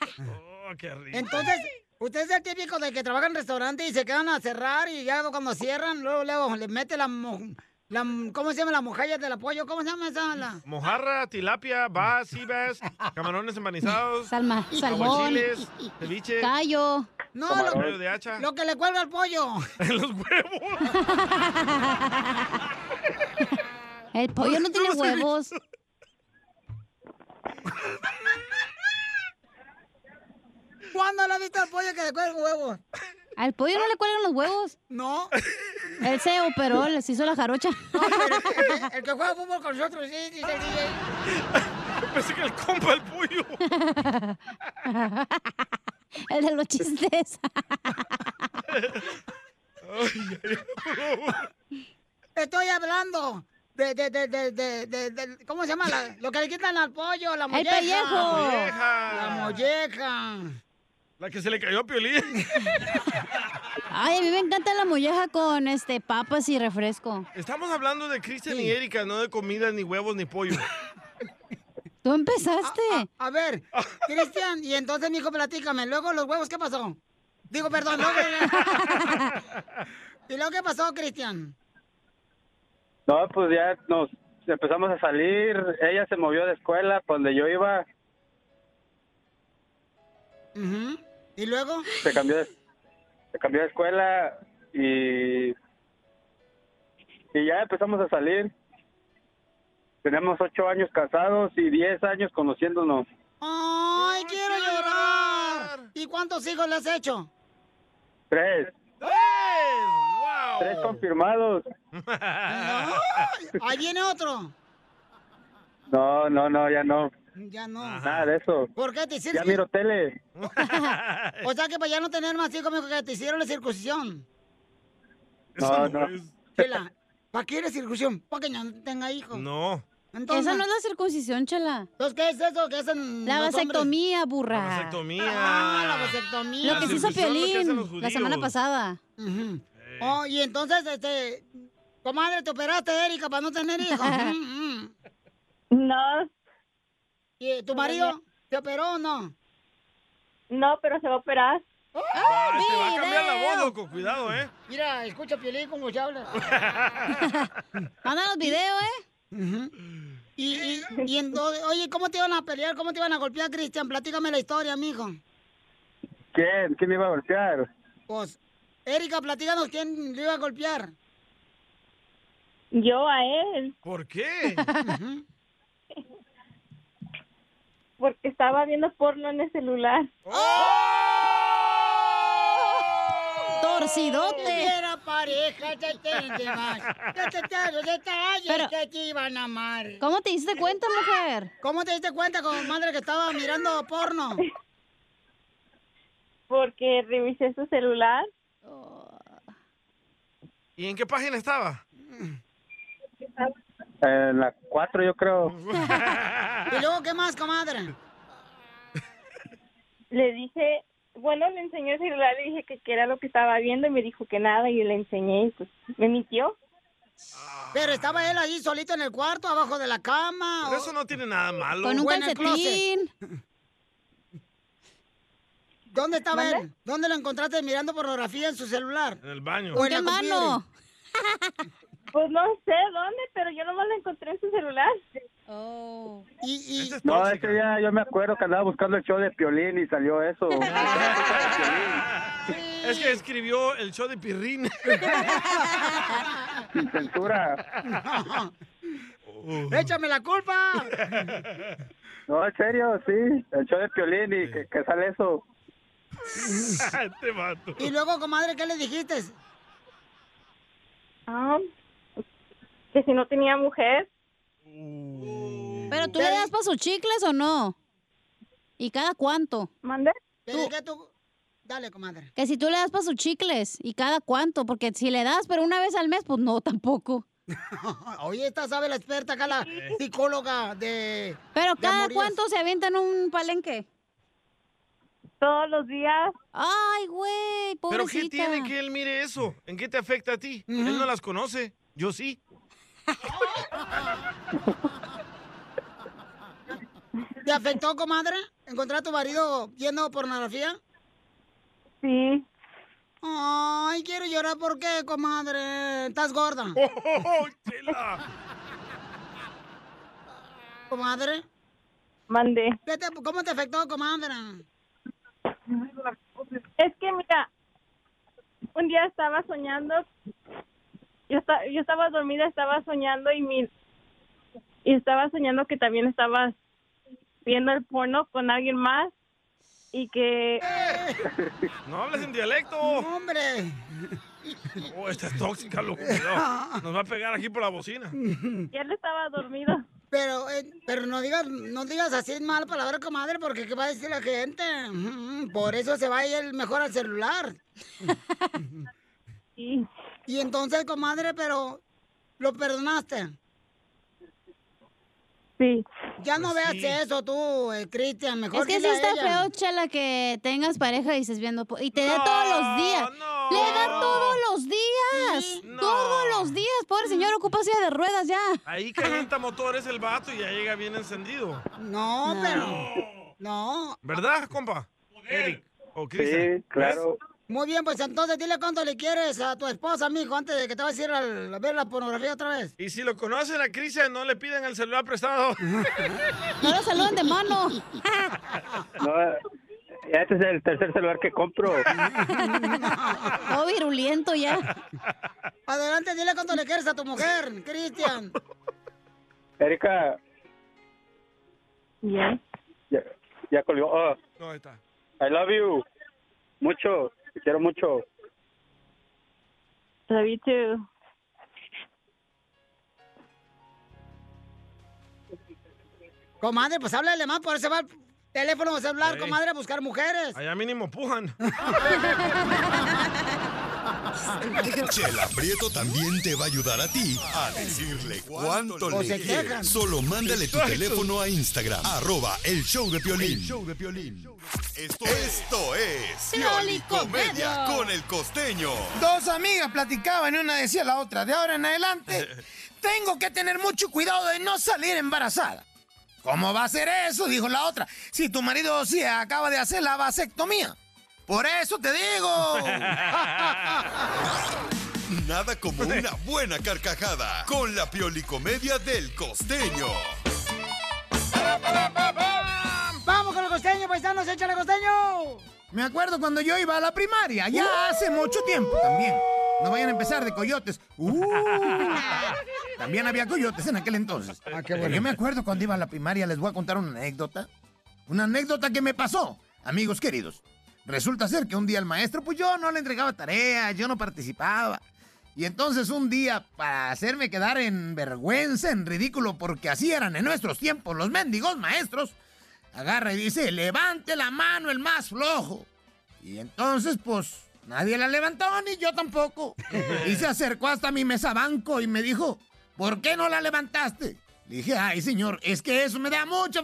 Entonces, usted es el típico de que trabaja en restaurante y se quedan a cerrar y ya cuando cierran, luego, luego le mete la, mo- la ¿cómo se llama? La mojalla del apoyo, ¿cómo se llama esa? La...
Mojarra, tilapia, vas, ibas, camarones empanizados,
Salma, salmón.
aguachiles, ceviche,
Callo.
No,
Camarón de hacha.
Lo que le cuelga al pollo.
<laughs> los
huevos.
<laughs> El pollo no tiene huevos.
¿Cuándo le has visto al pollo que le cuelga huevos?
¿Al pollo no le cuelgan los huevos?
No.
Él se operó, les hizo
<laughs>
la jarocha.
El que juega fútbol con nosotros, sí, dice el DJ.
<laughs> Pensé que el compa el pollo.
El de los chistes.
Estoy hablando de, de, de, de, de, de- de- ¿cómo se llama? La- lo que le quitan al pollo, la
El
molleja.
pellejo.
La molleja.
La que se le cayó a Piolín.
Ay, a mí me encanta la molleja con este papas y refresco.
Estamos hablando de Cristian y Erika, no de comida, ni huevos, ni pollo.
Tú empezaste.
A ver, Cristian, y entonces, mijo, platícame. Luego, los huevos, ¿qué pasó? Digo,
<laughs>
perdón, luego. ¿Y luego qué pasó, Cristian?
No, pues ya nos empezamos a salir. Ella se movió de escuela pa' donde yo iba.
Ujú. ¿Y luego?
Se cambió de, se cambió de escuela y, y ya empezamos a salir. Tenemos ocho años casados y diez años conociéndonos.
¡Ay, quiero llorar! ¿Y cuántos hijos le has hecho?
Tres. Tres
<laughs>
confirmados.
Ahí viene otro.
No, no, no, ya no.
Ya no.
Nada de eso.
¿Por qué te hicieron?
Ya miro tele.
<laughs> o sea que para ya no tener más hijos, mijo, que te hicieron la circuncisión.
No, no.
Chela, ¿para qué la circuncisión? Para que no tenga hijos.
No.
Esa no es la circuncisión, chela.
Entonces, Pues, ¿qué es eso? ¿Qué hacen
La
los
vasectomía, burra.
La vasectomía.
Ah, la vasectomía.
Lo que se hizo Piolín la semana pasada.
Oh, y entonces, este, comadre, te operaste, Erika, para no tener
<laughs>
hijos. Mm, <laughs>
No.
¿Y tu marido se operó o no?
No, pero se va a operar.
Ah, te va a cambiar la voz, loco. Cuidado, ¿eh?
Mira, escucha Piolín como se
<laughs>
habla.
Manda los videos, ¿eh?
Y, y, y entonces, oye, ¿cómo te iban a pelear? ¿Cómo te iban a golpear, Cristian? Platícame la historia, mijo.
¿Quién? ¿Quién me iba a golpear?
Pues, Erika, platícanos quién le iba a golpear.
Yo a él.
¿Por qué?
<laughs> Porque estaba viendo porno en el celular.
¡Oh!
Torcidote.
Era pareja, ya te más. Ya te ya te- ya te-
Pero-
que te iban a amar.
¿Cómo te diste cuenta, mujer?
¿Cómo te diste cuenta, comadre, que estaba mirando porno?
Porque revisé su celular.
¿Y en qué página estaba?
En la cuatro, yo creo.
Ah.
¿Y luego qué más, comadre?
Le dije, bueno, le enseñé el celular, le dije que, que era lo que estaba viendo y me dijo que nada y le enseñé y pues me mintió.
Pero estaba él ahí solito en el cuarto, abajo de la cama.
Pero eso no tiene nada malo.
O en el closet. <laughs> ¿Dónde estaba
¿Mande?
él? ¿Dónde lo encontraste mirando pornografía en su celular?
En el baño.
¿O en la computer?
Pues no sé dónde, pero yo nomás lo encontré en su celular.
Oh.
Y,
No, ese día yo me acuerdo que andaba buscando el show de Piolín y salió eso.
Es que escribió el show de Pirrín.
Sin censura.
<laughs>
¡Échame la
<laughs>
culpa!
No, en serio, sí. El show de Piolín y que, que sale eso.
Te mato.
Y luego, comadre, ¿qué le dijiste?
<laughs> Ah, que si no tenía mujer.
Mm.
¿Pero tú le das para sus chicles o no? ¿Y cada cuánto?
¿Mande?
Pero que tú... Dale, comadre.
Que si tú le das para sus chicles y cada cuánto, porque si le das pero una vez al mes, pues no, <laughs> tampoco.
<laughs> Oye, esta sabe la experta acá, la psicóloga de...
Pero
de
cada
amoríos.
cuánto se avientan un palenque.
Todos los días.
Ay, güey,
¿Pero
pobrecita.
qué tiene que él mire eso? ¿En qué te afecta a ti? Él no las conoce. Yo sí.
¿Te afectó, comadre? ¿Encontrar a tu marido viendo pornografía?
Sí.
Ay, quiero llorar. ¿Por qué, comadre? ¿Estás gorda? ¿Comadre?
Mandé.
¿Qué te- ¿Cómo te afectó, comadre?
Es que mira, un día estaba soñando, yo, esta- yo estaba dormida, estaba soñando y mi y estaba soñando que también estabas viendo el porno con alguien más y que
¡Eh!
No hables en dialecto.
hombre.
Oh, esta es tóxica, loco. cuidado. Nos va a pegar aquí por la bocina.
Y él estaba dormido.
<laughs> Pero, eh, pero no digas, no digas así mal palabra, comadre, porque ¿qué va a decir la gente? Mm, Por eso se va a ir el mejor al
<laughs>
celular. Y entonces, comadre, pero lo perdonaste.
Sí.
Ya no
Pues
veas
sí.
eso tú, eh, Cristian, mejor
Es que sí
dile a
está
ella.
feo, chala, que tengas pareja y estés viendo... po- Y te da todos los días. ¡Le da todos los días! ¡Todos los días! Pobre señor, ocupa silla de ruedas ya.
Ahí calienta motores el vato y ya llega bien encendido.
No, pero... No.
¿Verdad, compa? Eric. O Cristian.
Sí, claro.
Muy bien, pues entonces dile cuánto le quieres a tu esposa, mijo, antes de que te vayas a ir al- a ver la pornografía otra vez.
Y si lo conocen a Cristian, no le piden el celular prestado.
No lo saludan de mano.
No, eh, este es el tercer celular que compro.
Todo virulento ya.
Adelante, dile cuánto le quieres a tu mujer, Cristian.
Erika.
¿Ya?
Ya, ya colgó. Oh,
No, ahí está.
I love you. Mucho. Te quiero mucho.
Love you too.
Comadre, pues háblale más, por eso va el teléfono celular,
Ey.
comadre, a buscar mujeres.
Allá mínimo pujan.
Chela Prieto también te va a ayudar a ti a decirle cuánto
O
le
se
quieres.
quejan.
Solo mándale tu
Exacto.
teléfono a Instagram, arroba el show de Piolín.
El
Esto, esto es Piolicomedia con el costeño.
Dos amigas platicaban y una decía a la otra, de ahora en adelante, tengo que tener mucho cuidado de no salir embarazada. ¿Cómo va a ser eso? Dijo la otra. Si tu marido sí acaba de hacer la vasectomía. Por eso te digo.
<laughs> Nada como una buena carcajada con la Piolicomedia del costeño.
¡Vamos con el costeño, paisanos! ¡Échale, costeño!
Me acuerdo cuando yo iba a la primaria, ya hace mucho tiempo también. No vayan a empezar de coyotes. Uh. También había coyotes en aquel entonces. Yo me acuerdo cuando iba a la primaria, les voy a contar una anécdota. Una anécdota que me pasó, amigos queridos. Resulta ser que un día el maestro, pues yo no le entregaba tareas, yo no participaba. Y entonces un día, para hacerme quedar en vergüenza, en ridículo, porque así eran en nuestros tiempos los mendigos maestros, agarra y dice, levante la mano el más flojo. Y entonces, pues, nadie la levantó, ni yo tampoco. Y se acercó hasta mi mesa banco y me dijo, ¿por qué no la levantaste? Le dije, ay, señor, es que eso me da mucha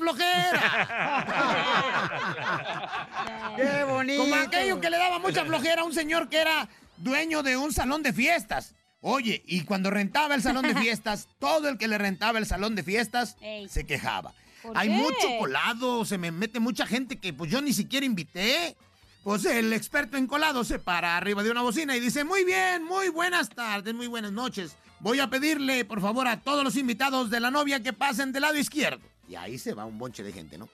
flojera.
¡Qué bonito!
Como aquello que le daba mucha flojera a un señor que era dueño de un salón de fiestas. Oye, y cuando rentaba
<laughs>
el salón de fiestas, todo el que le rentaba el salón de fiestas
Ey.
se quejaba.
¿Por
Hay
qué?
mucho colado, se me mete mucha gente que pues yo ni siquiera invité. Pues el experto en colado se para arriba de una bocina y dice, muy bien, muy buenas tardes, muy buenas noches. Voy a pedirle, por favor, a todos los invitados de la novia que pasen del lado izquierdo. Y ahí se va un bonche de gente, ¿no?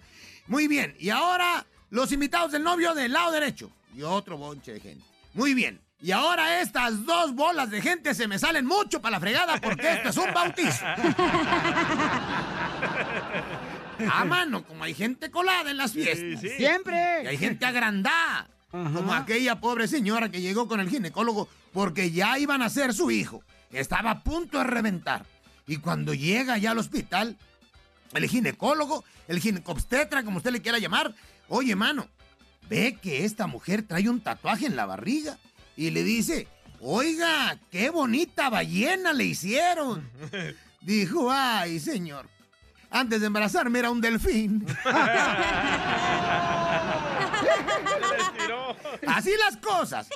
Muy bien, y ahora los invitados del novio del lado derecho. Y otro bonche de gente. Muy bien. Y ahora estas dos bolas de gente se me salen mucho para la fregada porque esto es un bautizo. A mano, como hay gente colada en las fiestas.
Siempre.
Y hay gente agrandada. Como aquella pobre señora que llegó con el ginecólogo porque ya iban a ser su hijo. Estaba a punto de reventar. Y cuando llega ya al hospital, el ginecólogo, el ginecobstetra, como usted le quiera llamar, oye, mano, ve que esta mujer trae un tatuaje en la barriga y le dice, oiga, qué bonita ballena le hicieron.
<laughs>
Dijo, ay, señor, antes de embarazarme era un delfín. <laughs> Así las cosas.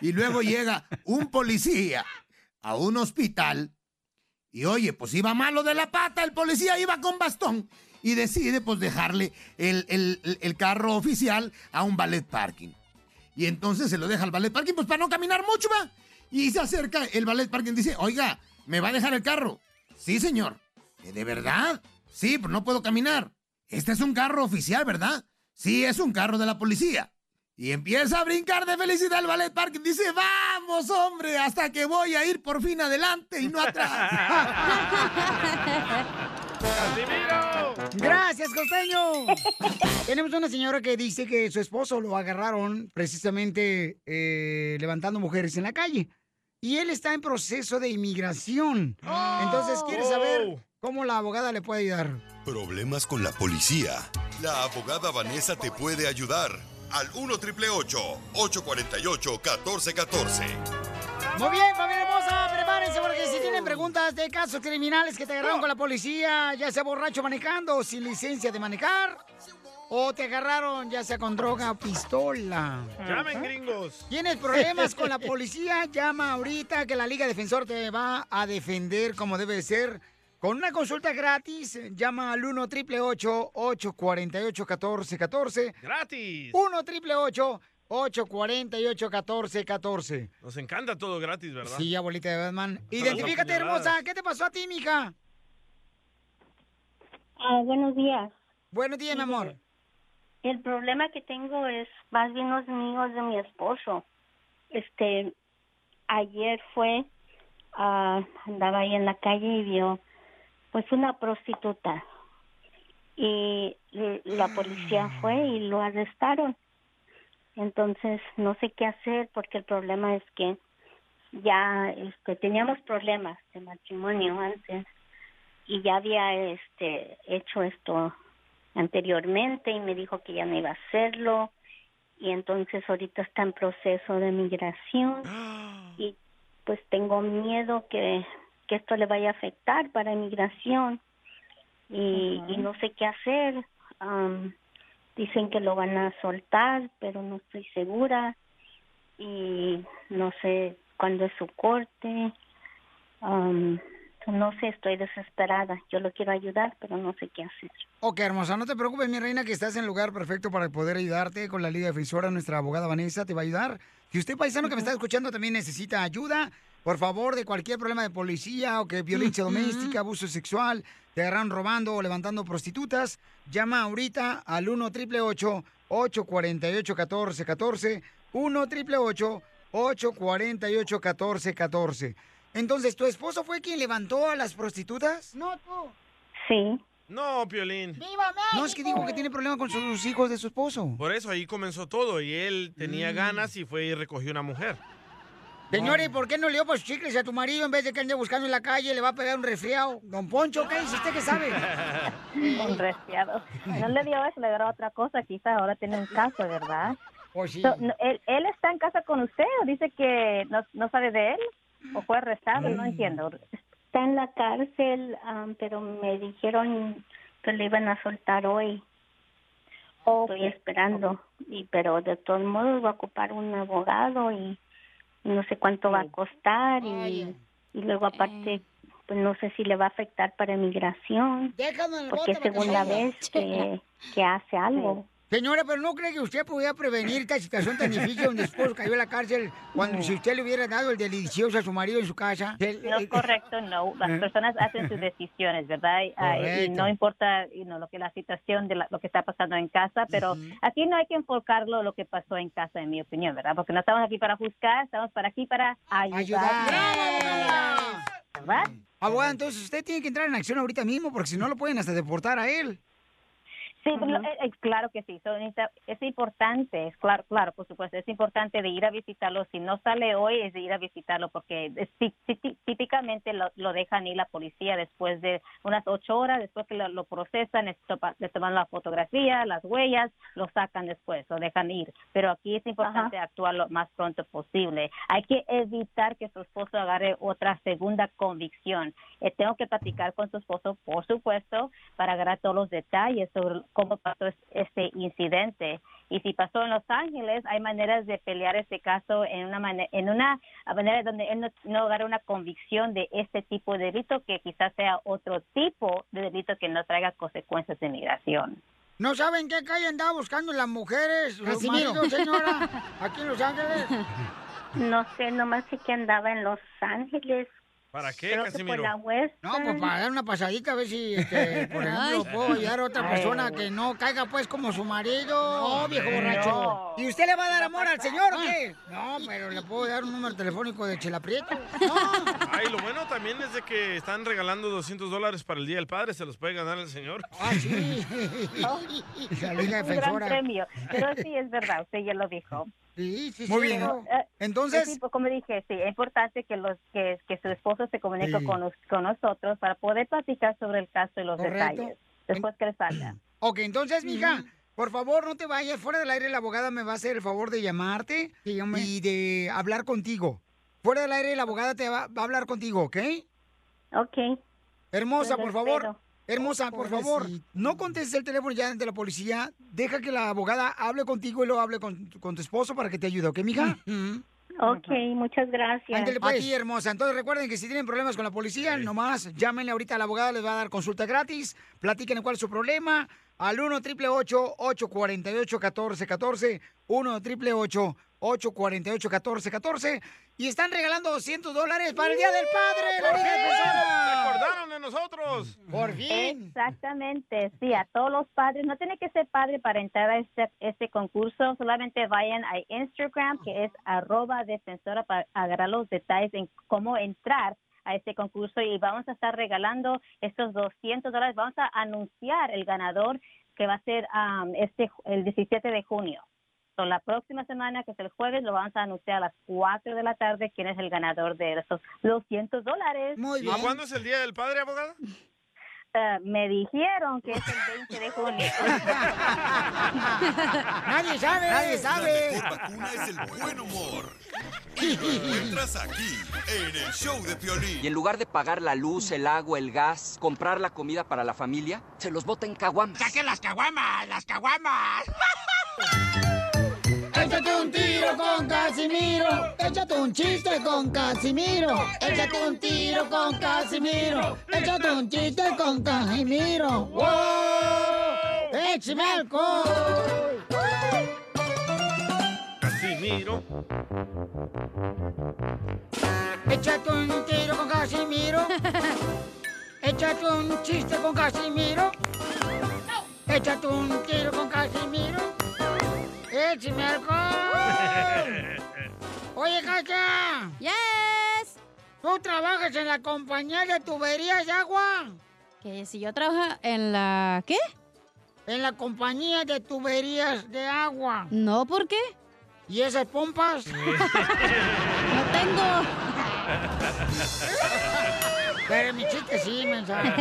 Y luego llega un policía a un hospital y oye, pues iba malo de la pata, el policía iba con bastón y decide pues dejarle el, el- el- el carro oficial a un ballet parking. Y entonces se lo deja al ballet parking, pues para no caminar mucho, va. Y se acerca el ballet parking y dice, oiga, ¿me va a dejar el carro? Sí, señor. "¿Eh, ¿De verdad? Sí, pero no puedo caminar. Este es un carro oficial, ¿verdad? Sí, es un carro de la policía. Y empieza a brincar de felicidad el ballet parking. Dice, vamos, hombre, hasta que voy a ir por fin adelante y no atrás.
¡Casimiro!
Gracias, costeño. Tenemos una señora que dice que su esposo lo agarraron precisamente eh, levantando mujeres en la calle. Y él está en proceso de inmigración. Entonces quiere saber cómo la abogada le puede ayudar.
Problemas con la policía. La abogada Vanessa te puede ayudar al 1 triple 848 1414.
Muy bien, familia hermosa, prepárense porque si tienen preguntas de casos criminales que te agarraron con la policía, ya sea borracho manejando o sin licencia de manejar, o te agarraron ya sea con droga o pistola.
Llamen gringos.
¿Tienes problemas con la policía? Llama ahorita que la Liga Defensor te va a defender como debe de ser. Con una consulta gratis, llama al 1 888 848 1414
Gratis.
1 888 848 1414
Nos encanta todo gratis, ¿verdad?
Sí, abuelita de Batman.
las
Identifícate,
puñaladas.
hermosa. ¿Qué te pasó a ti, mija?
Ah, buenos días.
Buenos días, mi amor.
El problema que tengo es más bien los amigos de mi esposo. Este, ayer fue, ah, andaba ahí en la calle y vio, pues, una prostituta. Y l- la policía fue y lo arrestaron. Entonces, no sé qué hacer porque el problema es que ya este, teníamos problemas de matrimonio antes y ya había este, hecho esto anteriormente y me dijo que ya no iba a hacerlo y entonces ahorita está en proceso de migración y pues tengo miedo que, que esto le vaya a afectar para migración y, y
Ujú.
no sé qué hacer. Am, dicen que lo van a soltar, pero no estoy segura y no sé cuándo es su corte. Am, no sé, estoy desesperada. Yo lo quiero ayudar, pero no sé qué hacer.
Ok, hermosa, no te preocupes, mi reina, que estás en el lugar perfecto para poder ayudarte con la Liga Defensora. Nuestra abogada Vanessa te va a ayudar. Y usted, paisano que me está escuchando, también necesita ayuda. Por favor, de cualquier problema de policía o que violencia
Ujú.
doméstica, abuso sexual, te agarran robando o levantando prostitutas, llama ahorita al 1 888 848 1414 1 888 848 1414 Entonces, ¿tu esposo fue quien levantó a las prostitutas? No, tú.
Sí.
No, Piolín.
No, es que digo que tiene problemas con sus hijos de su esposo.
Por eso ahí comenzó todo y él tenía
Mm.
ganas y fue y recogió una mujer.
Señores, ¿por qué no le dio por sus chicles a tu marido en vez de que ande buscando en la calle? Le va a pegar un resfriado. Don Poncho, ¿qué dice usted que sabe?
<laughs> Un resfriado. No le dio eso, le dio otra cosa. Quizá ahora tiene un caso, ¿verdad? So, no, él, él está en casa con usted o dice que no, no sabe de él? ¿O fue arrestado? No entiendo.
Está en la cárcel, am, pero me dijeron que lo iban a soltar hoy. Estoy esperando, y pero de todos modos va a ocupar un abogado y no sé cuánto va a costar y, y luego
Eh.
aparte pues no sé si le va a afectar para migración
Déjalo en el
porque
bote
es
para que
segunda
salga.
vez
<laughs>
que, que hace algo.
Señora, pero ¿no cree que usted podía prevenir esta situación tan difícil donde su esposo cayó a la cárcel cuando si usted le hubiera dado el delicioso a su marido en su casa? Eh,
No es correcto, no. Las personas hacen sus decisiones, ¿verdad? Y, ah, y- Y
Correcto.
no importa you know, lo que la situación de la- lo que está pasando en casa, pero aquí no hay que enfocarlo lo que pasó en casa, en mi opinión, ¿verdad? Porque no estamos aquí para juzgar, estamos para aquí para ayudar. ¿Verdad?
Abogada, entonces usted tiene que entrar en acción ahorita mismo porque si no lo pueden hasta deportar a él.
Sí, lo- eh, eh, claro que sí. So, necesita- es importante, es claro, claro, por supuesto, es importante de ir a visitarlo. Si no sale hoy, es de ir a visitarlo porque es tí- tí- tí- típicamente lo, lo dejan ir la policía después de unas ocho horas, después que lo, lo procesan, es topa- le toman la fotografía, las huellas, lo sacan después, lo dejan ir. Pero aquí es importante actuar lo más pronto posible. Hay que evitar que su esposo agarre otra segunda convicción. Eh, tengo que platicar con su esposo, por supuesto, para agarrar todos los detalles sobre cómo pasó es- este incidente. Y si pasó en Los Ángeles, hay maneras de pelear este caso en una, mane- en una manera donde él no, no agarre una convicción de este tipo de delito, que quizás sea otro tipo de delito que no traiga consecuencias de migración.
¿No saben qué calle andaba buscando las mujeres, los
Casimiro.
maridos, señora? Aquí en Los Ángeles.
No sé, nomás sé que andaba en Los Ángeles
¿Para qué,
Creo que
Casimiro?
por la No, pues para dar una pasadita a ver si, este,
<laughs>
por ejemplo,
Ay.
puedo ayudar a otra
Ay.
persona que no caiga, pues, como su marido. No, viejo
no.
borracho. ¿Y usted le va a dar amor al señor
Ah.
o qué? No, pero le puedo dar un número telefónico de Chelaprieto.
Ay, lo bueno también es de que están regalando 200 dólares para el Día del Padre. Se los puede ganar el señor.
<laughs> Ah, sí. La Liga
un gran
Defensora.
premio. Pero sí, es verdad, usted ya lo dijo.
Sí, sí,
Muy sí. bien.
Entonces-
como dije, sí, es importante que los que, que su esposo se comunique
Sí.
con, los- con nosotros para poder platicar sobre el caso y los
Correcto.
detalles después que le salga.
Ok, entonces, mija, por favor, no te vayas. Fuera del aire, la abogada me va a hacer el favor de llamarte y de hablar contigo. Fuera del aire, la abogada te va, va a hablar contigo, ¿ok?
Ok.
Hermosa,
Pues
por
lo
favor.
espero.
Hermosa, por favor, no contestes el teléfono ya de la policía. Deja que la abogada hable contigo y lo hable con, con tu esposo para que te ayude, ¿ok, mija?
Ok, muchas gracias.
Ándale, pues. Aquí, hermosa. Entonces recuerden que si tienen problemas con la policía, nomás llámenle ahorita a la abogada, les va a dar consulta gratis, platiquen cuál es su problema al 1 888 848 1414 1 888 848 1414 y están regalando 200 dólares para el Día del Padre. la
¡Por
Liga
fin!
Defensora.
¡Se acordaron de nosotros! ¿Eh?
Por
Exactamente, sí, a todos los padres. No tiene que ser padre para entrar a este, este concurso. Solamente vayan a Instagram, que es arroba defensora, para agarrar los detalles en cómo entrar a este concurso y vamos a estar regalando estos 200 dólares. Vamos a anunciar el ganador que va a ser am, este ju- el 17 de junio. So, la próxima semana, que es el jueves, lo vamos a anunciar a las 4 de la tarde quién es el ganador de esos 200 dólares.
Muy
¿Y cuándo es el Día del Padre, abogada?
Eh, me dijeron que es el 20 de junio.
Pues
<laughs> Nadie sabe. Nadie
La
sabe.
mejor vacuna es el buen humor. Y lo encuentras aquí, en el show de Piolín.
Y en lugar de pagar la luz, el agua, el gas, comprar la comida para la familia, se los bota en caguamas.
¡Saque las caguamas! ¡Las caguamas!
Échate un tiro con Casimiro. Échate un chiste con Casimiro. Échate un tiro con Casimiro. Échate un chiste con Casimiro. ¡Wow! ¡Échame alcohol!
Casimiro.
Échate un tiro con Casimiro. Échate un chiste con Casimiro. Échate un tiro con Casimiro. Échame alcohol. Oye, Cacha. Yes. ¿Tú trabajas en la compañía de tuberías de agua?
Que si yo trabajo en la... ¿Qué?
En la compañía de tuberías de agua.
No, ¿por qué?
¿Y esas pompas?
no tengo.
Pero mi chiste sí, mensaje.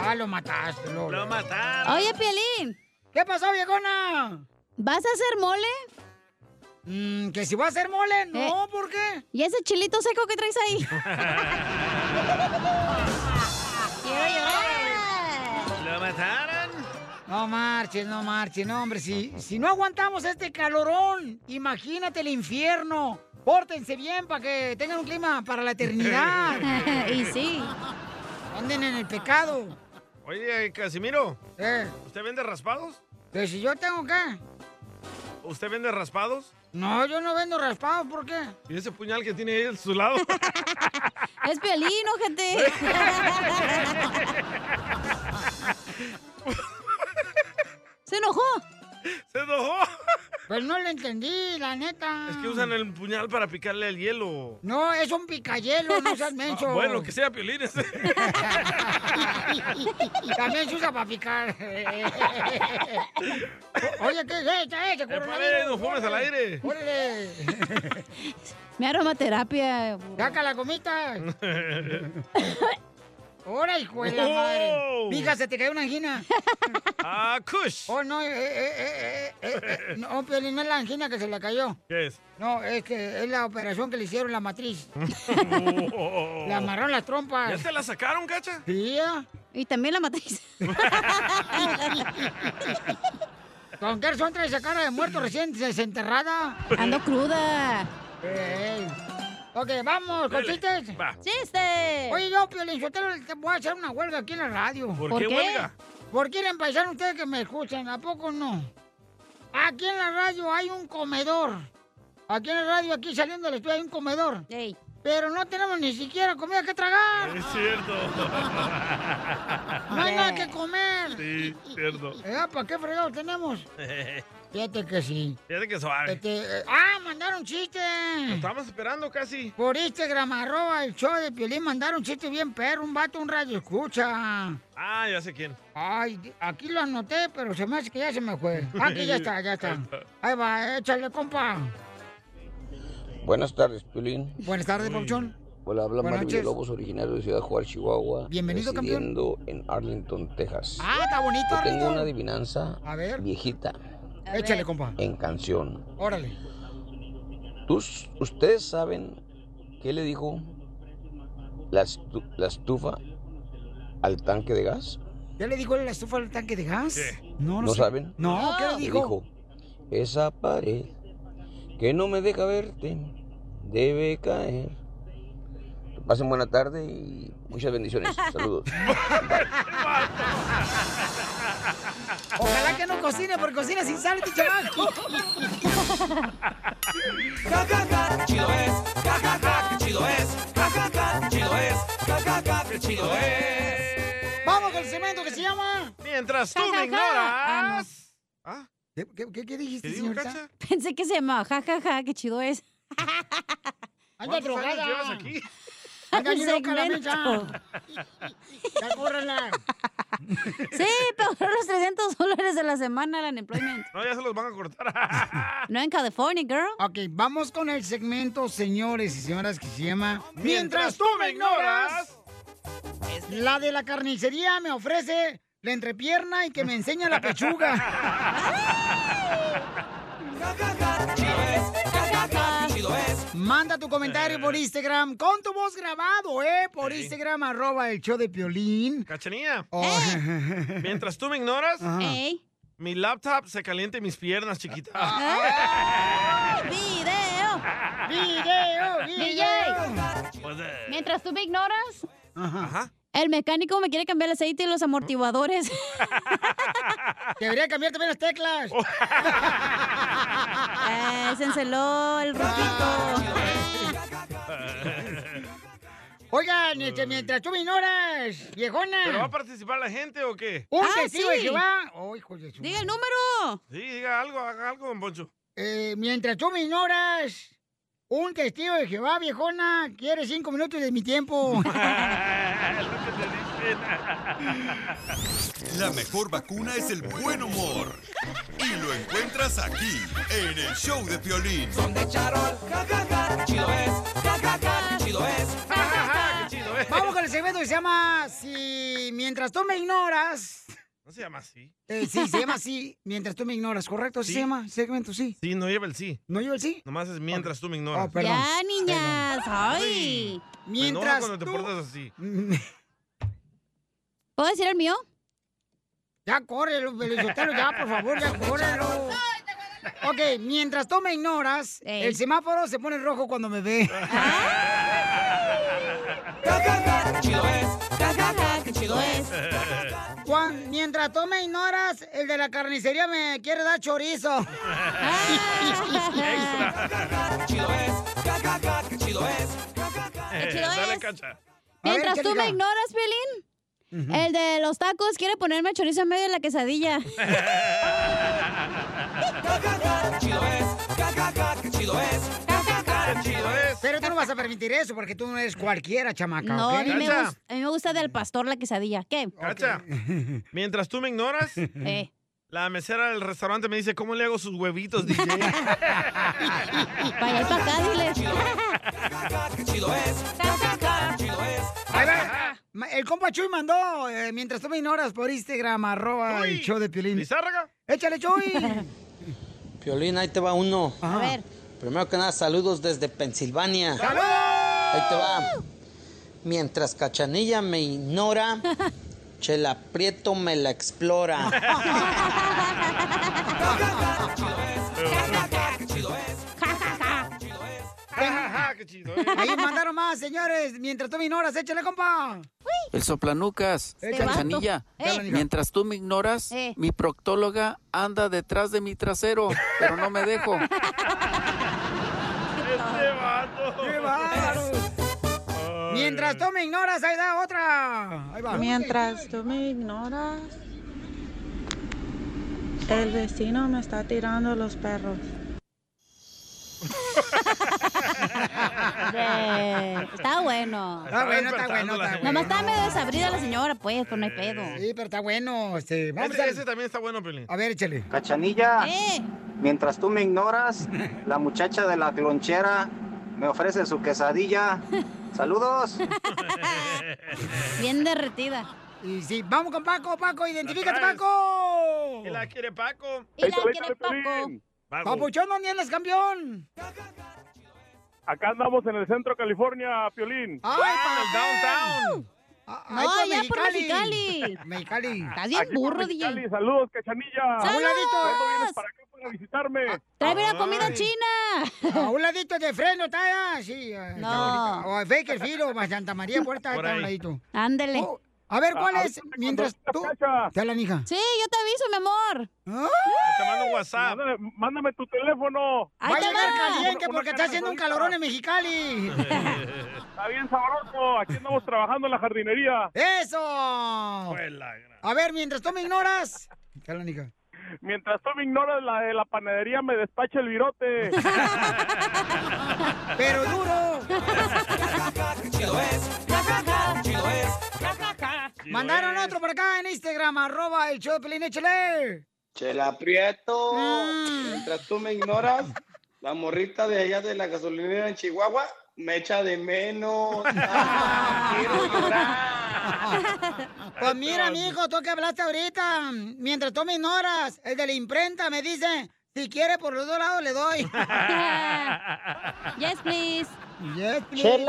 Ah, lo mataste, lo. Lo mataste.
Oye, Pielín.
¿Qué pasó, viejona? Mm,
¿Vas a hacer mole? Eh.
que si voy a hacer mole, no, ¿por qué?
¿Y ese chilito seco que traes ahí?
Quiero
¿Lo mataron?
No marches, no marches, no, hombre, si, si no aguantamos este calorón, imagínate el infierno. Pórtense bien para que tengan un clima para la eternidad.
Y sí.
Anden en el pecado.
Oye, Casimiro. ¿Usted vende raspados?
Pero Pues si yo tengo que.
¿Usted vende raspados?
No, yo no vendo raspados, ¿por qué?
¿Y ese puñal que tiene ahí a su
<laughs>
lado?
Es Pielín, <laughs> ojete.
¿Se enojó?
¡Se enojó!
Pues no lo entendí, la neta.
Es que usan el puñal para picarle al hielo.
No, es un picayelo, no seas
Ah,
menso.
bueno, que sea Piolín ese.
<laughs> También se usa para
<laughs>
picar. Oye, ¿qué es esto? eh? ¿Qué coronavirus?
no fumes al aire.
¡Órale!
Mi aromaterapia.
¡Saca la gomita! ¡Hora, hijo de la
Wow.
madre! Mija, se te cayó una angina.
Oh. <laughs> ¡Ah, Kush!
Oh, no, eh, eh, eh, eh, eh, eh, no, Piolín, no es la angina que se le cayó.
¿Qué <laughs> es?
No, es que es la operación que le hicieron
<laughs>
la matriz. Le amarraron las trompas.
¿Ya te la sacaron, cacha?
Sí, ya.
Y también la matriz.
Con qué son tres cara de muerto recién desenterrada.
Ando cruda.
Ey. Ok, vamos, con
Dale,
chistes.
¡Chiste!
Oye, yo, Piolín, yo te, lo- te voy a hacer una huelga aquí en la radio.
¿Por ¿Por qué qué? huelga?
Porque quieren pensar ustedes que me escuchan, ¿a poco no? Aquí en la radio hay un comedor. Aquí en la radio, aquí saliendo del estudio, hay un comedor. Pero no tenemos ni siquiera comida que tragar.
Es cierto.
No hay nada que comer.
Sí, cierto.
Eh, ¿Para qué fregado tenemos? Fíjate que sí.
Fíjate que suave.
Este, eh, ah, mandaron chiste.
Lo estábamos esperando casi.
Por Instagram, arroba el show de Piolín, mandaron chiste bien perro, un vato, un radio escucha.
Ah, ya sé quién.
Ay, di- aquí lo anoté, pero se me hace que ya se me fue. Aquí ya está, ya está. Ahí va, échale, compa.
Buenas tardes, Piolín.
Buenas tardes, Pauchón.
Hola, habla
Buenas
Mario
noches.
Villalobos, originario de Ciudad Juárez, Chihuahua.
Bienvenido, campeón.
residiendo en Arlington, Texas.
Ah, está bonito,
Yo tengo
Arlington.
una adivinanza
A ver,
viejita
échale, compa.
en canción.
Órale.
¿Tus- ¿Ustedes saben qué le dijo la, estu- la estufa al tanque de gas?
¿Ya le dijo la estufa al tanque de gas? No,
¿No
lo sé.
saben?
No, ¿qué le
Le
dijo?
dijo, esa pared que no me deja verte debe caer. Que pasen buena tarde y muchas bendiciones. Saludos.
Ojalá que no cocine, porque cocina sin sal, este chaval.
chido es, ja, ja, ja, qué chido es, ja, ja, ja, qué chido es, ja, ja, ja, qué chido es.
Vamos con el cemento que se llama.
Mientras
tú me ignoras.
¿Qué, Ah, qué, qué- qué dijiste,
¿Qué dijo,
señorita?
Pensé que se llamaba ja, ja, ja, qué chido es.
Anda
¿Cuántos años
drogada.
llevas
aquí?
Anda bien loca la
Segmento.
mecha. Ya córrela.
Sí, pero los 300 dólares de la semana al unemployment.
No, ya se los van a cortar.
No en California, girl. Ok, vamos con el segmento, señores y señoras, que se llama Mientras tú me ignoras. La de la carnicería me ofrece la entrepierna y que me enseña la <laughs> pechuga. Manda tu comentario por Instagram con tu voz grabado, ¿eh? Por Instagram, arroba el show de Piolín.
Cachanilla.
Oh.
<laughs> Mientras tú me ignoras,
Ajá.
mi laptop se caliente mis piernas, chiquita.
Ah.
¡Video!
¡Video!
¡Video!
Pues, eh,
Mientras tú me ignoras,
Ajá.
el mecánico me quiere cambiar el aceite y los amortiguadores.
Debería cambiar también las teclas.
Eh, se enceló
Ah,
el
eh. Oigan, este, mientras tú me ignoras, viejona.
<laughs> ¿Pero va a participar la gente o qué?
Un testigo de Jehová. Oh, hijo de su
Diga el
número!
Sí, diga algo, haga algo, don Poncho.
Eh, mientras tú me ignoras, un testigo de Jehová, viejona, quiere cinco minutos de mi tiempo.
La mejor vacuna es el buen humor. Y lo encuentras aquí, en el show de Piolín.
Chido es, ja, ja, ja, <laughs> qué chido es, ja, ja, ja, qué chido eh. es.
Vamos con el segmento que se llama Si mientras tú me ignoras.
¿No se llama así?
Eh, sí, se llama así, mientras tú me ignoras, ¿correcto? Así
Sí.
se llama, segmento, sí.
Sí, no lleva el sí.
¿No lleva el sí?
Nomás es mientras tú me ignoras.
Oh, perdón. Ya,
niñas,
ay. Me enoja
Mientras
cuando te
tú-
portas así.
<laughs> ¿Puedo decir el mío?
Ya córrelo, Pelizotelo, ya, por favor, ya córrelo. Ok, mientras tú me ignoras, el semáforo se pone rojo cuando me ve. <laughs>
Chido es, ja, ja, ja, qué chido es.
Juan, mientras tú me ignoras, el de la carnicería me quiere dar chorizo.
Chido es, ja, ja, ja, qué chido es.
Qué
Eh,
chido
Dale,
es.
cacha.
Mientras tú me ignoras, Piolín, el de los tacos quiere ponerme chorizo en medio de la quesadilla.
Chido es, ja, ja, ja, qué chido es. Ja, ja, ja, qué chido es.
Pero tú no vas a permitir eso porque tú no eres cualquiera, chamaca.
No,
¿ok?
a mí, me gusta, a mí me gusta del pastor la quesadilla. ¿Qué?
<laughs>
Cacha. Mientras tú me ignoras,
Eh.
la mesera del restaurante me dice, ¿cómo le hago sus
<laughs>
huevitos, DJ?
Para ir para acá, dile.
Qué chido es, ja, ja, ja, qué chido es.
Ahí va. Ma- El compa Chuy mandó, eh, mientras tú me ignoras, por Instagram, arroba el show de Piolín. ¡Échale, Chuy!
Piolín, ahí te va uno.
A ver.
Primero que nada, saludos desde Pensilvania.
¡Saludos!
Ahí te va. Mientras Cachanilla me
<laughs>
ignora, Chela Prieto me la explora.
Ahí mandaron más, señores. Mientras tú me ignoras, échale, compa.
El soplanucas,
Este
cachanilla.
vato. Eh.
Mientras tú me ignoras, mi proctóloga anda detrás de mi trasero, pero no me dejo.
Este vato.
¡Qué bárbaro! Mientras tú me ignoras, ahí da otra. Ahí va.
Mientras tú me ignoras, el vecino me está tirando los perros.
Eh, está bueno.
Está bueno, está bueno, está bueno.
Nomás está medio desabrida la señora, pues, pues no hay pedo.
Sí, pero está bueno. Este, vamos
Ese,
a-
ese también está bueno, Piolín.
A ver, échale.
Cachanilla,
Eh.
mientras tú me ignoras, la muchacha de la lonchera me ofrece su quesadilla.
<laughs>
Saludos.
Bien derretida.
Y sí, vamos con Paco, Paco, identifícate, Paco.
¿Y la quiere Paco?
Y la quiere Paco. Papuchón, ¿dónde andas, campeón?
Acá andamos en el centro de California, Piolín.
¡Ay,
Ah,
Paco!
downtown.
No,
ya por
Mexicali.
Mexicali.
Estás bien
Aquí por
burro, DJ.
Mexicali. Saludos, cachanilla.
¡Saludos!
¿Cuándo vienes para acá para visitarme?
Tráeme la comida china.
<laughs> A un ladito de freno, está sí.
No.
O a Faker Filo, a Santa María Puerta,
Por
está a un
ahí.
ladito.
Ándele.
Oh, a ver, ¿cuál
Ah,
es?
ahorita
Mientras tú... Te hablan, hija.
Sí, yo te aviso, mi amor.
Te mando un WhatsApp.
Mándame, mándame tu teléfono.
Va a llegar caliente
Una-
porque
una
está haciendo un calorón en <laughs> Mexicali.
Está bien sabroso. Aquí andamos trabajando en la jardinería.
¡Eso! A ver, mientras tú me ignoras... Te hablan, hija.
Mientras tú me ignoras, la de la panadería me despacha el virote.
<laughs> ¡Pero duro!
chido es, ja, ja, ja, qué chido es.
Mandaron otro por acá en Instagram, arroba el show de Pelín,
<laughs>
échale.
Chela Prieto,
Ah.
mientras tú me ignoras, la morrita de allá de la gasolinera en Chihuahua me echa de menos.
<laughs>
Ah,
Pues mira, mijo, tú que hablaste ahorita, mientras tú me ignoras, el de la imprenta me dice, si quiere por los dos lados le doy.
<laughs>
yes, please.
Yes, please.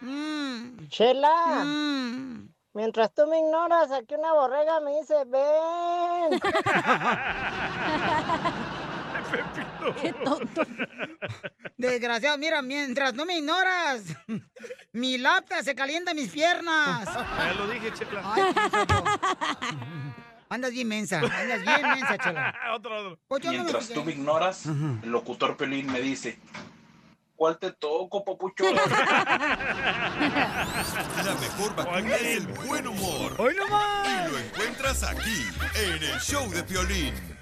Mm.
Chela. Chela. Mientras tú me ignoras, aquí una borrega me dice,
<laughs>
ven.
Qué tonto. Desgraciado, mira, mientras no me ignoras, <laughs> mi laptop se calienta en mis piernas.
Ya lo dije, Chela.
Ay, Piolín, Andas bien mensa, andas bien mensa, chela.
<laughs> otro, otro.
Pues yo no me
Mientras
fijé.
tú me ignoras, el locutor Pelín me dice, ¿cuál te toco,
<laughs>
papucho?
La mejor vacuna es el buen humor.
Y
lo encuentras aquí, en el show de Piolín.